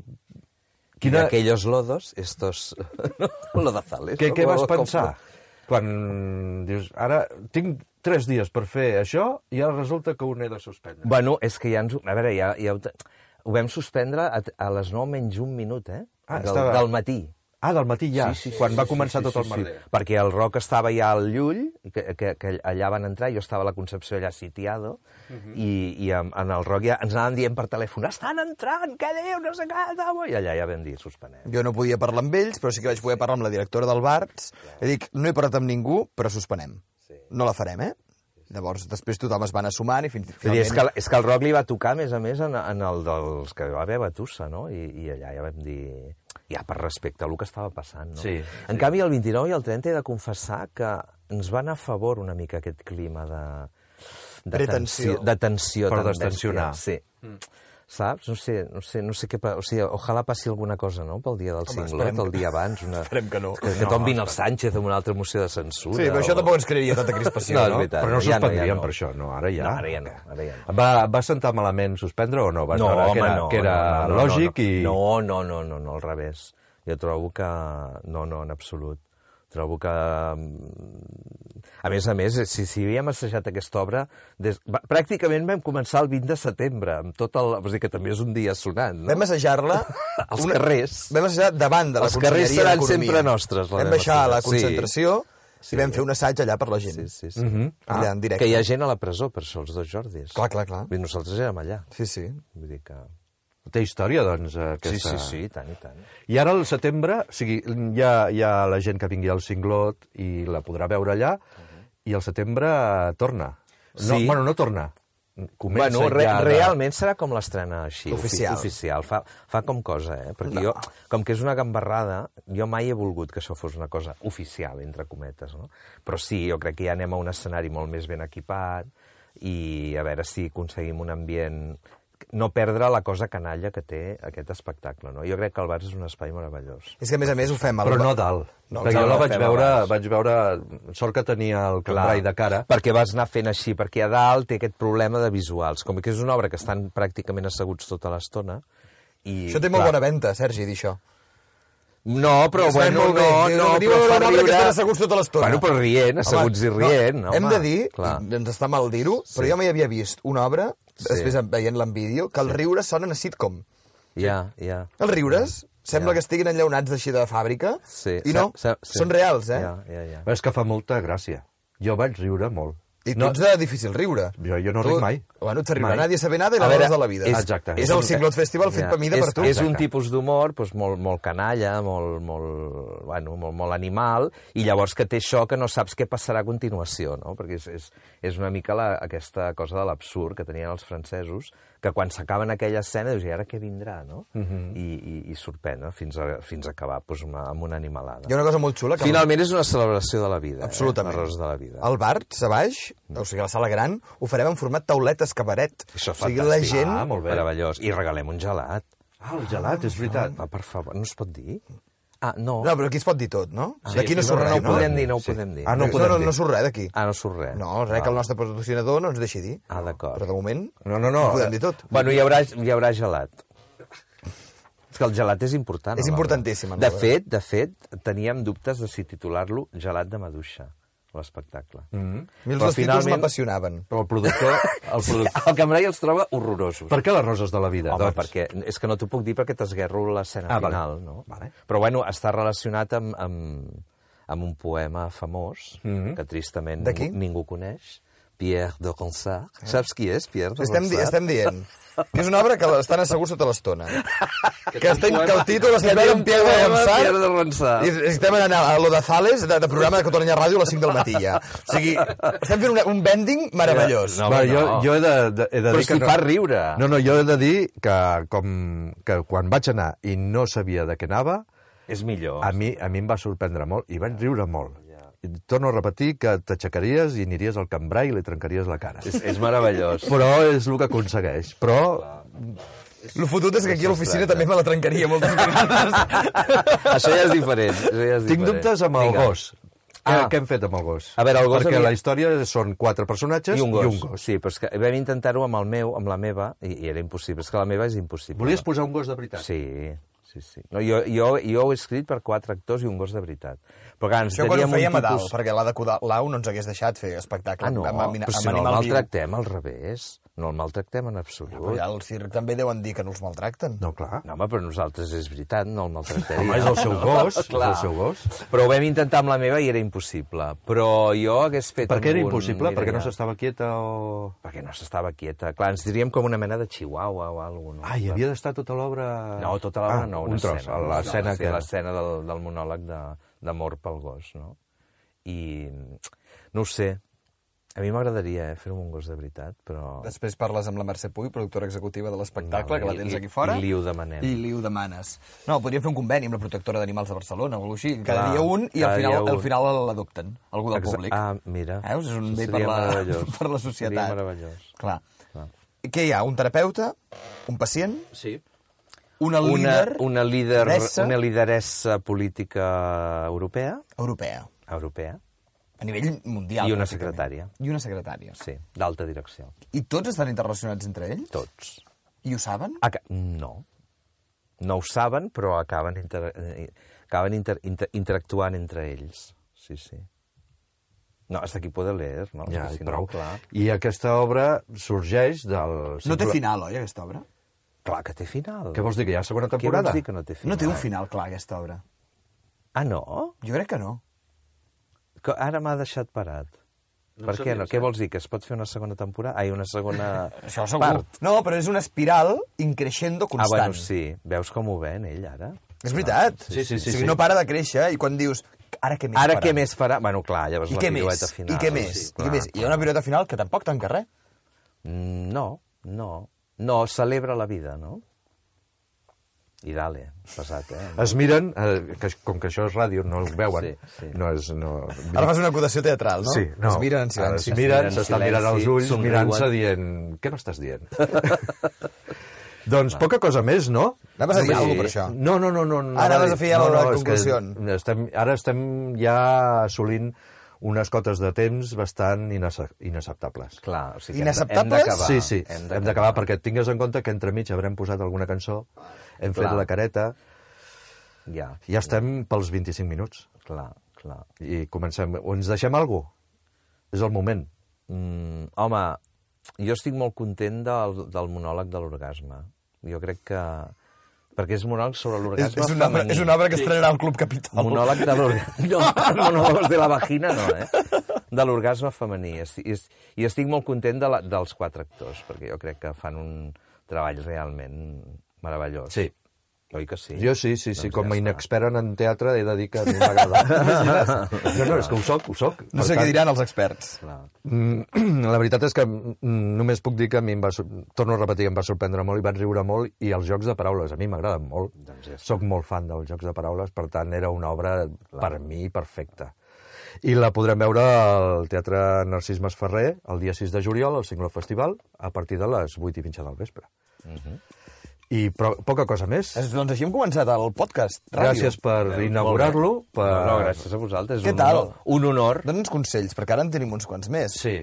Speaker 2: Quina...
Speaker 1: quina,
Speaker 2: Aquellos lodos, estos... Lodazales.
Speaker 1: què,
Speaker 2: no?
Speaker 1: què vas
Speaker 2: Com-
Speaker 1: pensar? Quan dius, ara tinc 3 dies per fer això i ara resulta que un he de suspendre.
Speaker 2: Bueno, és que ja ens... ho- A veure, ja, ja ho, te- ho vam suspendre a, a les 9 menys un minut, eh?
Speaker 1: Ah,
Speaker 2: del,
Speaker 1: estava-
Speaker 2: del matí.
Speaker 1: Ah, del matí ja, sí, sí, quan sí, va començar sí, tot el merder.
Speaker 2: Perquè el rock estava ja al Llull, que, que, que allà van entrar, jo estava a la Concepció allà sitiado, uh
Speaker 1: Mhm.
Speaker 2: -huh. i, i en, en el rock ja ens anaven dient per telèfon estan entrant, què diu, no sé què, tal", i allà ja vam dir, suspenem.
Speaker 3: Jo no podia parlar amb ells, però sí que vaig poder parlar amb la directora del Barts. I dic, no he parlat amb ningú, però suspenem. Sí. No la farem, eh? Llavors, després tothom es va anar sumant i fins
Speaker 2: Vull dir,
Speaker 3: finalment...
Speaker 2: és, que, és que el rock li va tocar, a més a més, en, en el dels que va haver a Batussa, no? I, I allà ja vam dir... Ja, per respecte a el que estava passant, no?
Speaker 1: Sí,
Speaker 2: en canvi, el 29 i el 30 he de confessar que ens van a favor una mica aquest clima de... De
Speaker 3: Pretensió.
Speaker 2: tensió. De tensió
Speaker 1: Per
Speaker 2: tan bèstia.
Speaker 1: destensionar.
Speaker 2: Sí. Mm. Saps? No sé, no sé, no sé què... pa- O sigui, ojalà passi alguna cosa, no?, pel dia del Home,
Speaker 3: esperem
Speaker 2: cinglot, el
Speaker 3: que-
Speaker 2: dia abans. Una...
Speaker 3: esperem que no.
Speaker 2: Que, que
Speaker 3: No,
Speaker 2: tombin el Sánchez amb una altra moció de censura.
Speaker 3: Sí, però això
Speaker 2: o-
Speaker 3: tampoc ens crearia tanta crispació,
Speaker 2: No, és
Speaker 3: no?
Speaker 2: veritat.
Speaker 1: Però no
Speaker 2: ja no, ja
Speaker 1: suspendrien
Speaker 2: no.
Speaker 1: per això, no? Ara ja.
Speaker 2: No, ara ja no, ara ja
Speaker 1: Va, va sentar malament suspendre o no? Vas veure que era, que era lògic
Speaker 2: no,
Speaker 1: i...
Speaker 2: No, no, no, no, no, al revés. Jo trobo que... No, no, en absolut. Trobo que... mm, A més a més, si, si havíem assajat aquesta obra... Des... va- Pràcticament vam començar el 20 de setembre, amb tot el... Vols dir que també és un dia sonant, no?
Speaker 3: Vam assajar-la...
Speaker 2: Als carrers.
Speaker 3: Vam assajar davant de la
Speaker 2: Els carrers
Speaker 3: Conselleria
Speaker 2: seran
Speaker 3: d'Economia.
Speaker 2: sempre nostres, la
Speaker 3: Vam
Speaker 2: vam
Speaker 3: baixar a la
Speaker 2: assajar, sí.
Speaker 3: concentració sí. i vam fer un assaig allà per la gent.
Speaker 2: Sí,
Speaker 3: Sí, sí.
Speaker 2: sí, sí. Mm -hmm.
Speaker 3: Allà, en directe.
Speaker 2: Que hi ha gent a la presó, per això, els dos Jordis.
Speaker 3: Clar, clar, clar.
Speaker 2: Vull dir, Nosaltres érem allà.
Speaker 3: Sí, sí.
Speaker 2: Vull dir que...
Speaker 1: Té història, doncs,
Speaker 2: Sí,
Speaker 1: aquesta...
Speaker 2: sí, sí, i tant, i tant.
Speaker 1: I ara al setembre, o sigui, hi ha, hi ha la gent que vingui al Cinglot i la podrà veure allà, i al setembre eh, torna. No,
Speaker 2: Sí.
Speaker 1: Bueno, no torna. Comença
Speaker 2: bueno, re
Speaker 1: ja de-
Speaker 2: realment serà com l'estrena així, oficial.
Speaker 3: Oficial.
Speaker 2: oficial. Fa, fa com cosa, eh? Perquè no. jo, com que és una gambarrada, jo mai he volgut que això fos una cosa oficial, entre cometes, no? Però sí, jo crec que ja anem a un escenari molt més ben equipat i a veure si aconseguim un ambient no perdre la cosa canalla que té aquest espectacle. No? Jo crec que el Barça és un espai meravellós.
Speaker 3: És que, a més a més, ho fem... al-
Speaker 1: Però no dalt. No,
Speaker 3: No,
Speaker 1: perquè jo la
Speaker 2: no,
Speaker 1: vaig
Speaker 2: fem
Speaker 1: veure,
Speaker 2: abans.
Speaker 1: vaig veure... Sort que tenia el cambrai de cara.
Speaker 2: Perquè vas anar fent així, perquè a dalt té aquest problema de visuals. Com que és una obra que estan pràcticament asseguts tota l'estona, i,
Speaker 3: Això té molt
Speaker 2: clar,
Speaker 3: bona venda, Sergi, dir això.
Speaker 2: No, però
Speaker 3: Està
Speaker 2: bueno,
Speaker 3: molt bé.
Speaker 2: no,
Speaker 3: Diu-
Speaker 2: no,
Speaker 3: diu
Speaker 2: però
Speaker 3: una
Speaker 2: fa
Speaker 3: obra que
Speaker 2: riure...
Speaker 3: estan asseguts tota l'estona.
Speaker 2: Bueno, però rient, asseguts i rient.
Speaker 3: hem
Speaker 2: home,
Speaker 3: de dir,
Speaker 2: Clar.
Speaker 3: i ens està mal dir-ho, però jo mai havia vist una obra, després veient-la en vídeo, que els riures sonen a sitcom.
Speaker 2: Ja, ja.
Speaker 3: Els riures sembla
Speaker 2: Ja.
Speaker 3: que estiguin enllaunats així de fàbrica,
Speaker 2: Sí.
Speaker 3: i no,
Speaker 2: Sa- sa- sí.
Speaker 3: són reals, eh?
Speaker 2: Ja, ja, ja.
Speaker 1: Però és que fa molta gràcia. Jo vaig riure molt.
Speaker 3: I tu ets de difícil riure.
Speaker 1: Jo- jo no ric mai.
Speaker 3: Bueno, et servirà
Speaker 1: Mai.
Speaker 3: nadie sabe nada i
Speaker 2: A
Speaker 3: la
Speaker 2: veure,
Speaker 3: de la vida.
Speaker 1: és- Exacte.
Speaker 3: És el
Speaker 1: és un-
Speaker 3: Cinglot Festival fet
Speaker 2: Ja.
Speaker 3: per mida
Speaker 2: és,
Speaker 3: per tu.
Speaker 2: És un tipus d'humor doncs, molt, molt canalla, molt, molt, bueno, molt, molt animal, i llavors que té això que no saps què passarà a continuació, no? perquè és, és, és una mica la, aquesta cosa de l'absurd que tenien els francesos, que quan s'acaben aquella escena dius, i ara què vindrà, no? Uh -huh. I, i, I sorprèn, no? fins, a, fins a acabar doncs, una, amb una animalada.
Speaker 3: Hi ha una cosa molt xula que...
Speaker 2: Finalment és una celebració de la vida.
Speaker 3: Absolutament.
Speaker 2: Eh? L'arròs de la vida.
Speaker 3: El bar, a baix, o sigui, la sala gran, ho farem en format tauletes cabaret.
Speaker 2: Això és
Speaker 3: o sigui, la
Speaker 2: fantàstic.
Speaker 3: gent...
Speaker 1: Ah, molt bé.
Speaker 2: Meravellós. I regalem un gelat.
Speaker 1: Ah, el gelat, és veritat.
Speaker 2: Va, per favor, no es pot dir? Ah, no.
Speaker 3: No, però aquí es pot dir tot, no?
Speaker 2: Sí,
Speaker 3: D'aquí no
Speaker 2: sí,
Speaker 3: surt
Speaker 2: no,
Speaker 3: res,
Speaker 2: no ho podem dir, no ho podem dir.
Speaker 3: Ah, no,
Speaker 2: No,
Speaker 3: no, no, no surt res d'aquí.
Speaker 2: Ah, no surt res.
Speaker 3: No, res, que el nostre patrocinador no ens deixi dir.
Speaker 2: Ah, d'acord.
Speaker 3: Però de moment...
Speaker 1: No, no, no.
Speaker 3: Ho
Speaker 2: eh,
Speaker 3: podem dir tot.
Speaker 2: Bueno, hi haurà, hi haurà gelat. És que el gelat és important. a
Speaker 3: És
Speaker 2: l'obra.
Speaker 3: importantíssim, en
Speaker 2: De
Speaker 3: l'obra.
Speaker 2: fet, de fet, teníem dubtes de si titular-lo Gelat de Maduixa, l'espectacle. Mm -hmm.
Speaker 3: A mi els dos títols m'apassionaven.
Speaker 1: Però el productor... El productor...
Speaker 2: El Cambrai els troba horrorosos.
Speaker 1: Per què les roses de la vida?
Speaker 2: Home, perquè, és que no t'ho puc dir perquè t'esguerro l'escena
Speaker 1: doncs. Ah, vale.
Speaker 2: final, no?
Speaker 1: Vale.
Speaker 2: Però, bueno, està relacionat amb, amb, amb un poema famós mm
Speaker 1: Mhm.
Speaker 2: -hmm. que tristament
Speaker 3: De qui?
Speaker 2: ningú, ningú coneix, Pierre de Ronsard.
Speaker 1: Eh.
Speaker 2: Saps qui és, Pierre de
Speaker 3: Estem, di
Speaker 2: Ronsard?
Speaker 3: estem dient que és una obra que l'estan asseguts tota l'estona. que, estem, que el títol es veu en Pierre de
Speaker 2: Pierre de
Speaker 3: Ronsard
Speaker 2: Ronsard.
Speaker 3: i estem anant a l'Odazales de, de programa de Catalunya Ràdio a les 5 del matí, ja. O sigui, estem fent una, un bending meravellós.
Speaker 1: No,
Speaker 2: No,
Speaker 1: Va,
Speaker 2: home,
Speaker 1: jo,
Speaker 2: no.
Speaker 1: jo he de, de, he de
Speaker 2: Ah, Però
Speaker 1: dir
Speaker 2: si
Speaker 1: que
Speaker 2: fa riure.
Speaker 1: No, no, jo he de dir que, com, que quan vaig anar i no sabia de què anava,
Speaker 2: És millor.
Speaker 1: a mi, a mi em va sorprendre molt i vaig riure molt. I torno a repetir que t'aixecaries i aniries al cambrai i li trencaries la cara.
Speaker 2: És, és meravellós.
Speaker 1: Però és el que aconsegueix. Però
Speaker 3: El fotut és que aquí a l'oficina també me la trencaria moltes vegades.
Speaker 2: això ja és diferent. Això ja és
Speaker 1: tinc
Speaker 2: diferent.
Speaker 1: dubtes amb el
Speaker 2: Vinga.
Speaker 1: gos. Ah.
Speaker 2: Ah.
Speaker 1: Què hem fet amb el gos?
Speaker 2: A veure, el gos
Speaker 1: Perquè
Speaker 2: havia-
Speaker 1: la història són quatre personatges
Speaker 2: I un gos.
Speaker 1: I un gos.
Speaker 2: Sí, però és que vam intentar-ho amb el meu, amb la meva, i, i era impossible. És que la meva és impossible.
Speaker 1: Volies posar un gos de veritat?
Speaker 2: Sí, sí, sí. No, jo, jo, jo ho he escrit per quatre actors i un gos de veritat. Però clar, ens
Speaker 3: Això quan ho
Speaker 2: teníem
Speaker 3: fèiem a
Speaker 2: un
Speaker 3: dalt,
Speaker 2: tipus...
Speaker 3: perquè l'Ada Colau no ens hagués deixat fer espectacle
Speaker 2: Ah, no,
Speaker 3: amb, amb,
Speaker 2: però
Speaker 3: amb
Speaker 2: si no el
Speaker 3: animal viu.
Speaker 2: maltractem al revés. No el maltractem en absolut.
Speaker 3: Però ja al circ també deuen dir que no els maltracten.
Speaker 1: No, clar.
Speaker 2: No, home, però nosaltres és veritat, no el maltractaríem.
Speaker 1: Home, és el seu gos, és
Speaker 2: Clar.
Speaker 1: el seu gos.
Speaker 2: Però ho vam intentar amb la meva i era impossible. Però jo hagués fet...
Speaker 1: Per què era
Speaker 2: amb un-
Speaker 1: impossible? Perquè no
Speaker 2: Mira,
Speaker 1: s'estava quieta o...
Speaker 2: Perquè no s'estava quieta. Clar, ens diríem com una mena de chihuahua o alguna cosa.
Speaker 1: Ah, hi havia d'estar tota l'obra...
Speaker 2: No, tota l'obra
Speaker 1: ah,
Speaker 2: no, una
Speaker 1: un tros,
Speaker 2: escena. una
Speaker 1: l'escena
Speaker 2: sí,
Speaker 1: que...
Speaker 2: L'escena del, del monòleg de- d'amor pel gos, no? I no ho sé, a mi m'agradaria eh, fer-ho amb un gos de veritat, però...
Speaker 3: Després parles amb la Mercè Puy, productora executiva de l'espectacle,
Speaker 2: No,
Speaker 3: que la
Speaker 2: i-
Speaker 3: tens
Speaker 2: i-
Speaker 3: aquí fora.
Speaker 2: i li ho demanem.
Speaker 3: I li ho demanes. No, podríem fer un conveni amb la protectora d'animals de Barcelona o alguna cosa així. Cada
Speaker 2: Clar,
Speaker 3: dia un i al
Speaker 2: cada
Speaker 3: final,
Speaker 2: dia un.
Speaker 3: al final l'adopten, algú del
Speaker 2: Exa-
Speaker 3: públic.
Speaker 2: Ah, mira.
Speaker 3: Veus? És un
Speaker 2: Això
Speaker 3: bé per
Speaker 2: seria
Speaker 3: la,
Speaker 2: meravellós.
Speaker 3: per la societat.
Speaker 2: Seria meravellós.
Speaker 3: Clar. I Què hi ha? Un terapeuta? Un pacient?
Speaker 2: Sí.
Speaker 3: Una,
Speaker 2: Una,
Speaker 3: líder
Speaker 2: una, líder,
Speaker 3: lideressa
Speaker 2: una lideressa política europea,
Speaker 3: europea?
Speaker 2: europea,
Speaker 3: A nivell mundial.
Speaker 2: I una
Speaker 3: pràcticament.
Speaker 2: secretària.
Speaker 3: I una secretària.
Speaker 2: sí, d'alta direcció.
Speaker 3: I tots estan interrelacionats entre ells?
Speaker 2: Tots.
Speaker 3: I ho saben?
Speaker 2: Aca no. No ho saben, però acaben, inter eh, acaben inter inter interactuant entre ells. Sí, sí. No, hasta aquí puedo leer, no?
Speaker 1: Ja,
Speaker 2: És que si
Speaker 1: prou.
Speaker 2: No, clar.
Speaker 1: I aquesta obra sorgeix del...
Speaker 3: No té final, oi, aquesta obra?
Speaker 2: clar que té final.
Speaker 1: Què vols dir, que hi ha segona
Speaker 2: Què vols
Speaker 1: temporada?
Speaker 2: dir que no té final?
Speaker 3: No té un final clar, aquesta obra.
Speaker 2: Ah, no?
Speaker 3: Jo crec que no.
Speaker 2: Que ara m'ha deixat parat. No per què no? Què vols dir? Que es pot fer una segona temporada? Ai, una segona
Speaker 3: Això segur.
Speaker 2: part?
Speaker 3: No, però és una espiral increixendo
Speaker 2: Ah,
Speaker 3: constant.
Speaker 2: bueno, sí. Veus com ho ven, ell, ara?
Speaker 3: És veritat.
Speaker 1: Sí, sí, sí,
Speaker 3: o sigui,
Speaker 1: sí.
Speaker 3: no para de créixer eh? i quan dius, ara què més
Speaker 2: Ara
Speaker 3: farà?
Speaker 2: què més farà? Bueno, clar, llavors
Speaker 3: I
Speaker 2: la
Speaker 3: què més?
Speaker 2: pirueta final.
Speaker 3: I què més?
Speaker 2: Sí,
Speaker 3: I què
Speaker 2: clar,
Speaker 3: més? Hi ha una pirueta final que tampoc tanca res.
Speaker 2: Mm, No, no. No, celebra la vida, no? I dale, pesat, eh?
Speaker 1: Es miren, eh, que, com que això és ràdio, no ho veuen.
Speaker 2: Sí, Ah, sí.
Speaker 1: No és... No...
Speaker 3: Ara fas una acotació teatral, no?
Speaker 1: Sí, no.
Speaker 3: Es miren en
Speaker 1: Ara
Speaker 3: silenci.
Speaker 1: Es
Speaker 2: miren
Speaker 1: miren,
Speaker 2: en
Speaker 1: s'estan
Speaker 2: silenci,
Speaker 1: mirant els ulls,
Speaker 2: somriuen.
Speaker 1: mirant-se, dient... Què m'estàs dient? Doncs poca cosa més, no?
Speaker 3: Anaves a dir
Speaker 1: Vull
Speaker 3: alguna cosa per això?
Speaker 1: No, no, no. no, no
Speaker 3: Ah, anaves
Speaker 1: anava
Speaker 3: a fer la
Speaker 1: no, no, és que
Speaker 3: conclusió.
Speaker 1: Estem, ara estem ja assolint unes cotes de temps bastant inace- inacceptables.
Speaker 2: Clar, o sigui, que hem de-
Speaker 3: Inacceptables?
Speaker 2: hem d'acabar.
Speaker 1: Sí, sí, hem d'acabar, perquè tingues en compte que entremig haurem posat alguna cançó, hem
Speaker 2: Clar.
Speaker 1: fet la careta,
Speaker 2: Ja,
Speaker 1: ja estem pels 25 minuts.
Speaker 2: clar, clar.
Speaker 1: I comencem. O ens deixem alguna cosa? És el moment.
Speaker 2: Mm, home, jo estic molt content del, del monòleg de l'orgasme. Jo crec que... Perquè és monòleg sobre
Speaker 3: És,
Speaker 2: l'orgasme
Speaker 3: és, una obra,
Speaker 2: femení.
Speaker 3: és una obra que estrenarà al Club Capital.
Speaker 2: Monòleg de l'orgasme... No, monòleg de la vagina, no, eh? De l'orgasme femení. Esti- i est- I estic molt content de la, dels quatre actors, perquè jo crec que fan un treball realment meravellós.
Speaker 1: Sí.
Speaker 2: Oi que sí?
Speaker 1: Jo sí, sí, sí,
Speaker 2: Doncs
Speaker 1: com
Speaker 2: ja
Speaker 1: a
Speaker 2: està.
Speaker 1: inexpert en teatre he de dir que a mi m'agrada. No, no, és que ho soc, ho soc.
Speaker 3: No sé
Speaker 1: Per
Speaker 3: què
Speaker 1: tant,
Speaker 3: diran els experts.
Speaker 2: Clar.
Speaker 1: Mm, la veritat és que mm, només puc dir que a mi em va... sor- Torno a repetir, em va sorprendre molt i vaig riure molt i els jocs de paraules a mi m'agraden molt.
Speaker 2: Doncs ja està.
Speaker 1: Soc molt fan dels jocs de paraules, per tant era una obra per mi perfecta. I la podrem veure al Teatre Narcís Masferrer el dia 6 de juliol, al Cingló Festival, a partir de les 8 i mitja del vespre.
Speaker 2: Mhm.
Speaker 1: I però, poca cosa més.
Speaker 3: Es- Doncs així hem començat el podcast. Ràdio.
Speaker 1: Gràcies per inaugurar-lo. Per...
Speaker 2: Eh, No, no, gràcies a vosaltres.
Speaker 3: Què
Speaker 2: un
Speaker 3: tal?
Speaker 2: Honor, un honor.
Speaker 3: Dóna'ns consells, perquè ara en tenim uns quants més.
Speaker 1: Sí.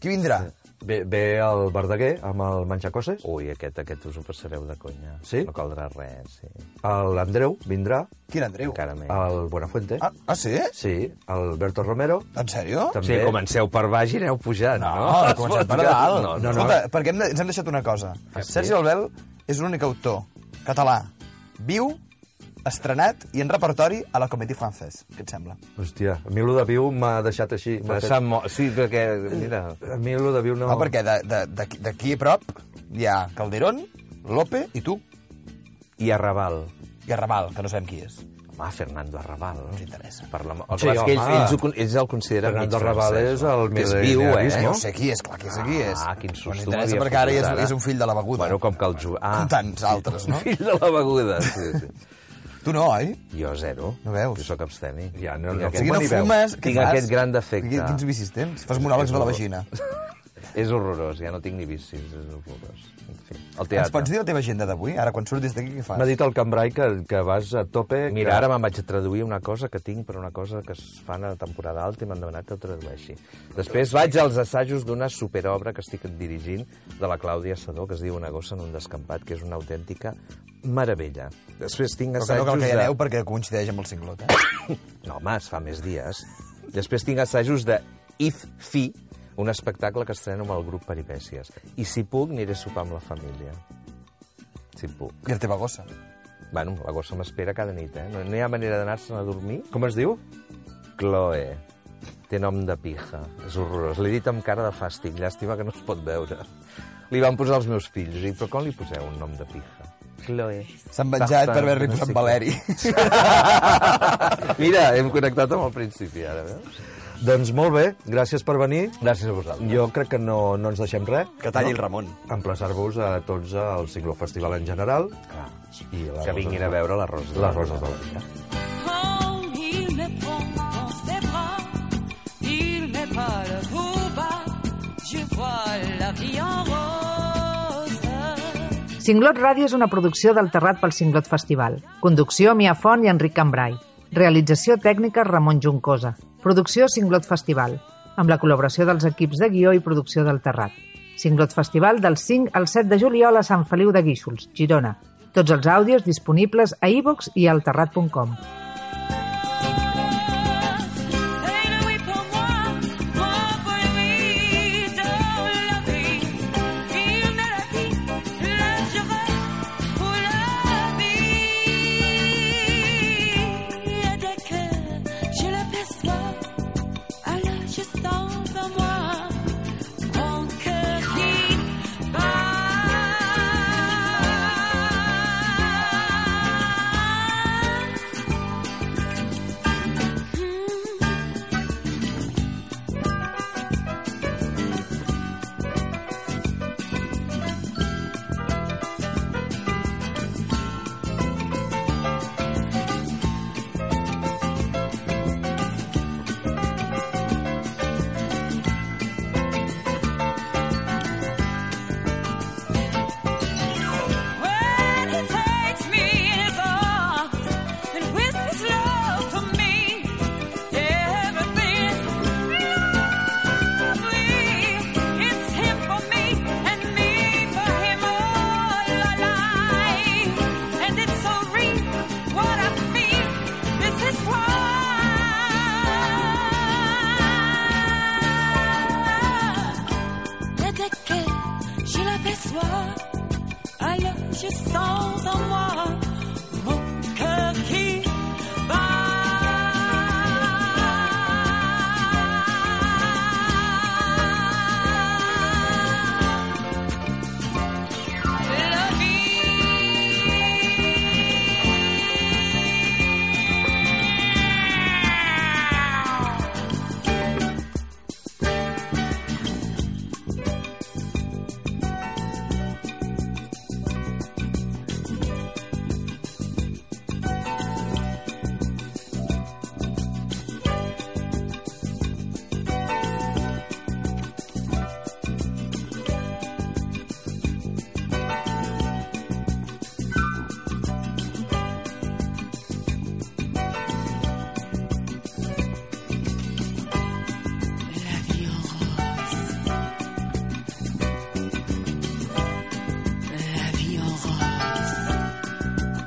Speaker 3: Qui vindrà?
Speaker 1: Ve, ve el Verdaguer amb el Manxacoses.
Speaker 2: Ui, aquest, aquest us ho passareu de conya.
Speaker 1: Sí?
Speaker 2: No caldrà res, sí.
Speaker 1: L'Andreu vindrà,
Speaker 3: Quin Andreu?
Speaker 2: Encara més.
Speaker 1: el Buenafuente.
Speaker 3: Ah, ah, sí?
Speaker 1: Sí, Alberto Romero.
Speaker 3: En sèrio?
Speaker 1: També.
Speaker 2: Sí, comenceu per baix i aneu pujant, no?
Speaker 3: No, no comencem per dalt.
Speaker 2: No,
Speaker 1: no,
Speaker 2: no,
Speaker 1: no.
Speaker 3: Escolta, perquè hem de, ens hem deixat una cosa. Sergi Albel és l'únic autor català viu, estrenat i en repertori a la Comédie Française. Què et sembla?
Speaker 2: Oh.
Speaker 1: Hòstia, a mi el de viu m'ha deixat així. m'ha
Speaker 2: no.
Speaker 1: fet-
Speaker 2: Sap molt... Sí, perquè, mira...
Speaker 1: A mi el de viu no...
Speaker 2: Ah,
Speaker 3: No, Ah, perquè de- de- d'aquí d'aquí a prop hi ha Calderón, Lope i tu.
Speaker 2: I Arrabal.
Speaker 3: I Arrabal, que no sabem qui és.
Speaker 2: Home, Fernando Arrabal.
Speaker 3: No ens interessa.
Speaker 2: Per la... Els
Speaker 1: Sí,
Speaker 2: sí, home. Que ells,
Speaker 1: home.
Speaker 2: ells, ho, con- ells el consideren
Speaker 1: Fernando
Speaker 2: mig
Speaker 1: Arrabal
Speaker 2: francès,
Speaker 1: és
Speaker 2: no?
Speaker 1: el
Speaker 2: Que és viu, eh?
Speaker 1: mil·lennialisme.
Speaker 3: Eh,
Speaker 1: no?
Speaker 3: jo sé qui és, clar que sé qui és.
Speaker 2: Ah, quin
Speaker 3: No ens
Speaker 2: susto
Speaker 3: interessa
Speaker 2: m'havia
Speaker 3: perquè ara
Speaker 2: fotut,
Speaker 3: és,
Speaker 2: ara.
Speaker 3: és un fill de la beguda.
Speaker 2: eh? Bueno, com que el jugador... Ah,
Speaker 3: Com tants altres, no?
Speaker 2: Fill de la beguda, sí, sí.
Speaker 3: Tu no, oi?
Speaker 2: Jo zero.
Speaker 3: No veus?
Speaker 2: Jo sóc abstemi.
Speaker 1: Ja, no,
Speaker 2: Tinc
Speaker 1: no.
Speaker 3: O
Speaker 2: aquest-
Speaker 3: sigui, no
Speaker 1: Bon i veu.
Speaker 3: fumes, què
Speaker 2: Tinc
Speaker 3: fas?
Speaker 2: aquest gran defecte.
Speaker 3: Quins, quins vicis tens? Fas monòlegs de la vagina.
Speaker 2: És horrorós, ja no tinc ni vicis, és horrorós. En fi, el teatre.
Speaker 3: Ens pots dir la teva agenda d'avui? Ara, quan surtis d'aquí, què
Speaker 1: M'ha
Speaker 3: fas?
Speaker 1: dit el Cambrai que, que vas a tope...
Speaker 2: Mira,
Speaker 1: que...
Speaker 2: ara me'n vaig a traduir una cosa que tinc per una cosa que es fa a la temporada alta i m'han demanat que ho tradueixi. Després vaig als assajos d'una superobra que estic dirigint de la Clàudia Sador, que es diu Una gossa en un descampat, que és una autèntica meravella. Després tinc
Speaker 3: Però que no
Speaker 2: assajos
Speaker 3: cal que hi aneu
Speaker 2: de...
Speaker 3: perquè coincideix amb el cinglot, eh?
Speaker 2: No, home, es fa més dies. Després tinc assajos de If Fi, un espectacle que estreno amb el grup Peripècies. I si puc, aniré a sopar amb la família. Si puc.
Speaker 3: I la teva gossa.
Speaker 2: Bueno, la gossa m'espera cada nit, eh? No, no hi ha manera d'anar-se'n a dormir
Speaker 1: Com es diu?
Speaker 2: Chloe. Té nom de pija. És horrorós. L'he dit amb cara de fàstic. Llàstima que no es pot veure. Li van posar els meus fills. Dic, però com li poseu un nom de pija? Chloe.
Speaker 3: S'han venjat per haver-li posat Valeri.
Speaker 2: Mira, hem connectat amb el principi, ara, veus?
Speaker 1: Doncs molt bé, gràcies per venir.
Speaker 2: Gràcies a vosaltres.
Speaker 1: Jo crec que no, no ens deixem res.
Speaker 3: Que talli el Ramon.
Speaker 1: Emplaçar-vos a tots al Ciclo Festival en general.
Speaker 2: Clar.
Speaker 1: I a la
Speaker 2: Que vinguin a
Speaker 1: Rosa-
Speaker 2: veure les roses.
Speaker 1: Les roses de la vida.
Speaker 6: Quand il me prend dans ses bras, il me parle tout bas, je vois la vie en rose.
Speaker 7: Cinglot Ràdio és una producció del Terrat pel Cinglot Festival. Conducció, Mia Font i Enric Cambrai. Realització tècnica, Ramon Juncosa. Producció Cinglot Festival, amb la col·laboració dels equips de guió i producció del Terrat. Cinglot Festival del 5 al 7 de juliol a Sant Feliu de Guíxols, Girona. Tots els àudios disponibles a iVox i al terrat.com.
Speaker 6: C'est le oui pour moi, moi pour lui, dans la vie. Il me l'a dit, là je reste pour la vie. Et dès que je l'aperçois, alors je sens en moi mon cœur qui bat. je sens en moi mon cœur qui bat. La vie. La vie en rose. La vie en rose.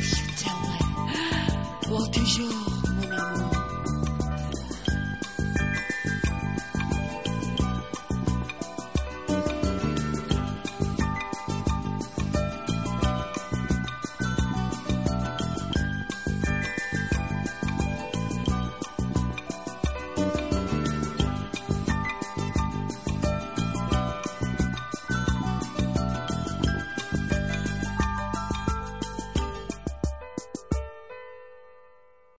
Speaker 6: Je t'aimerai pour toujours.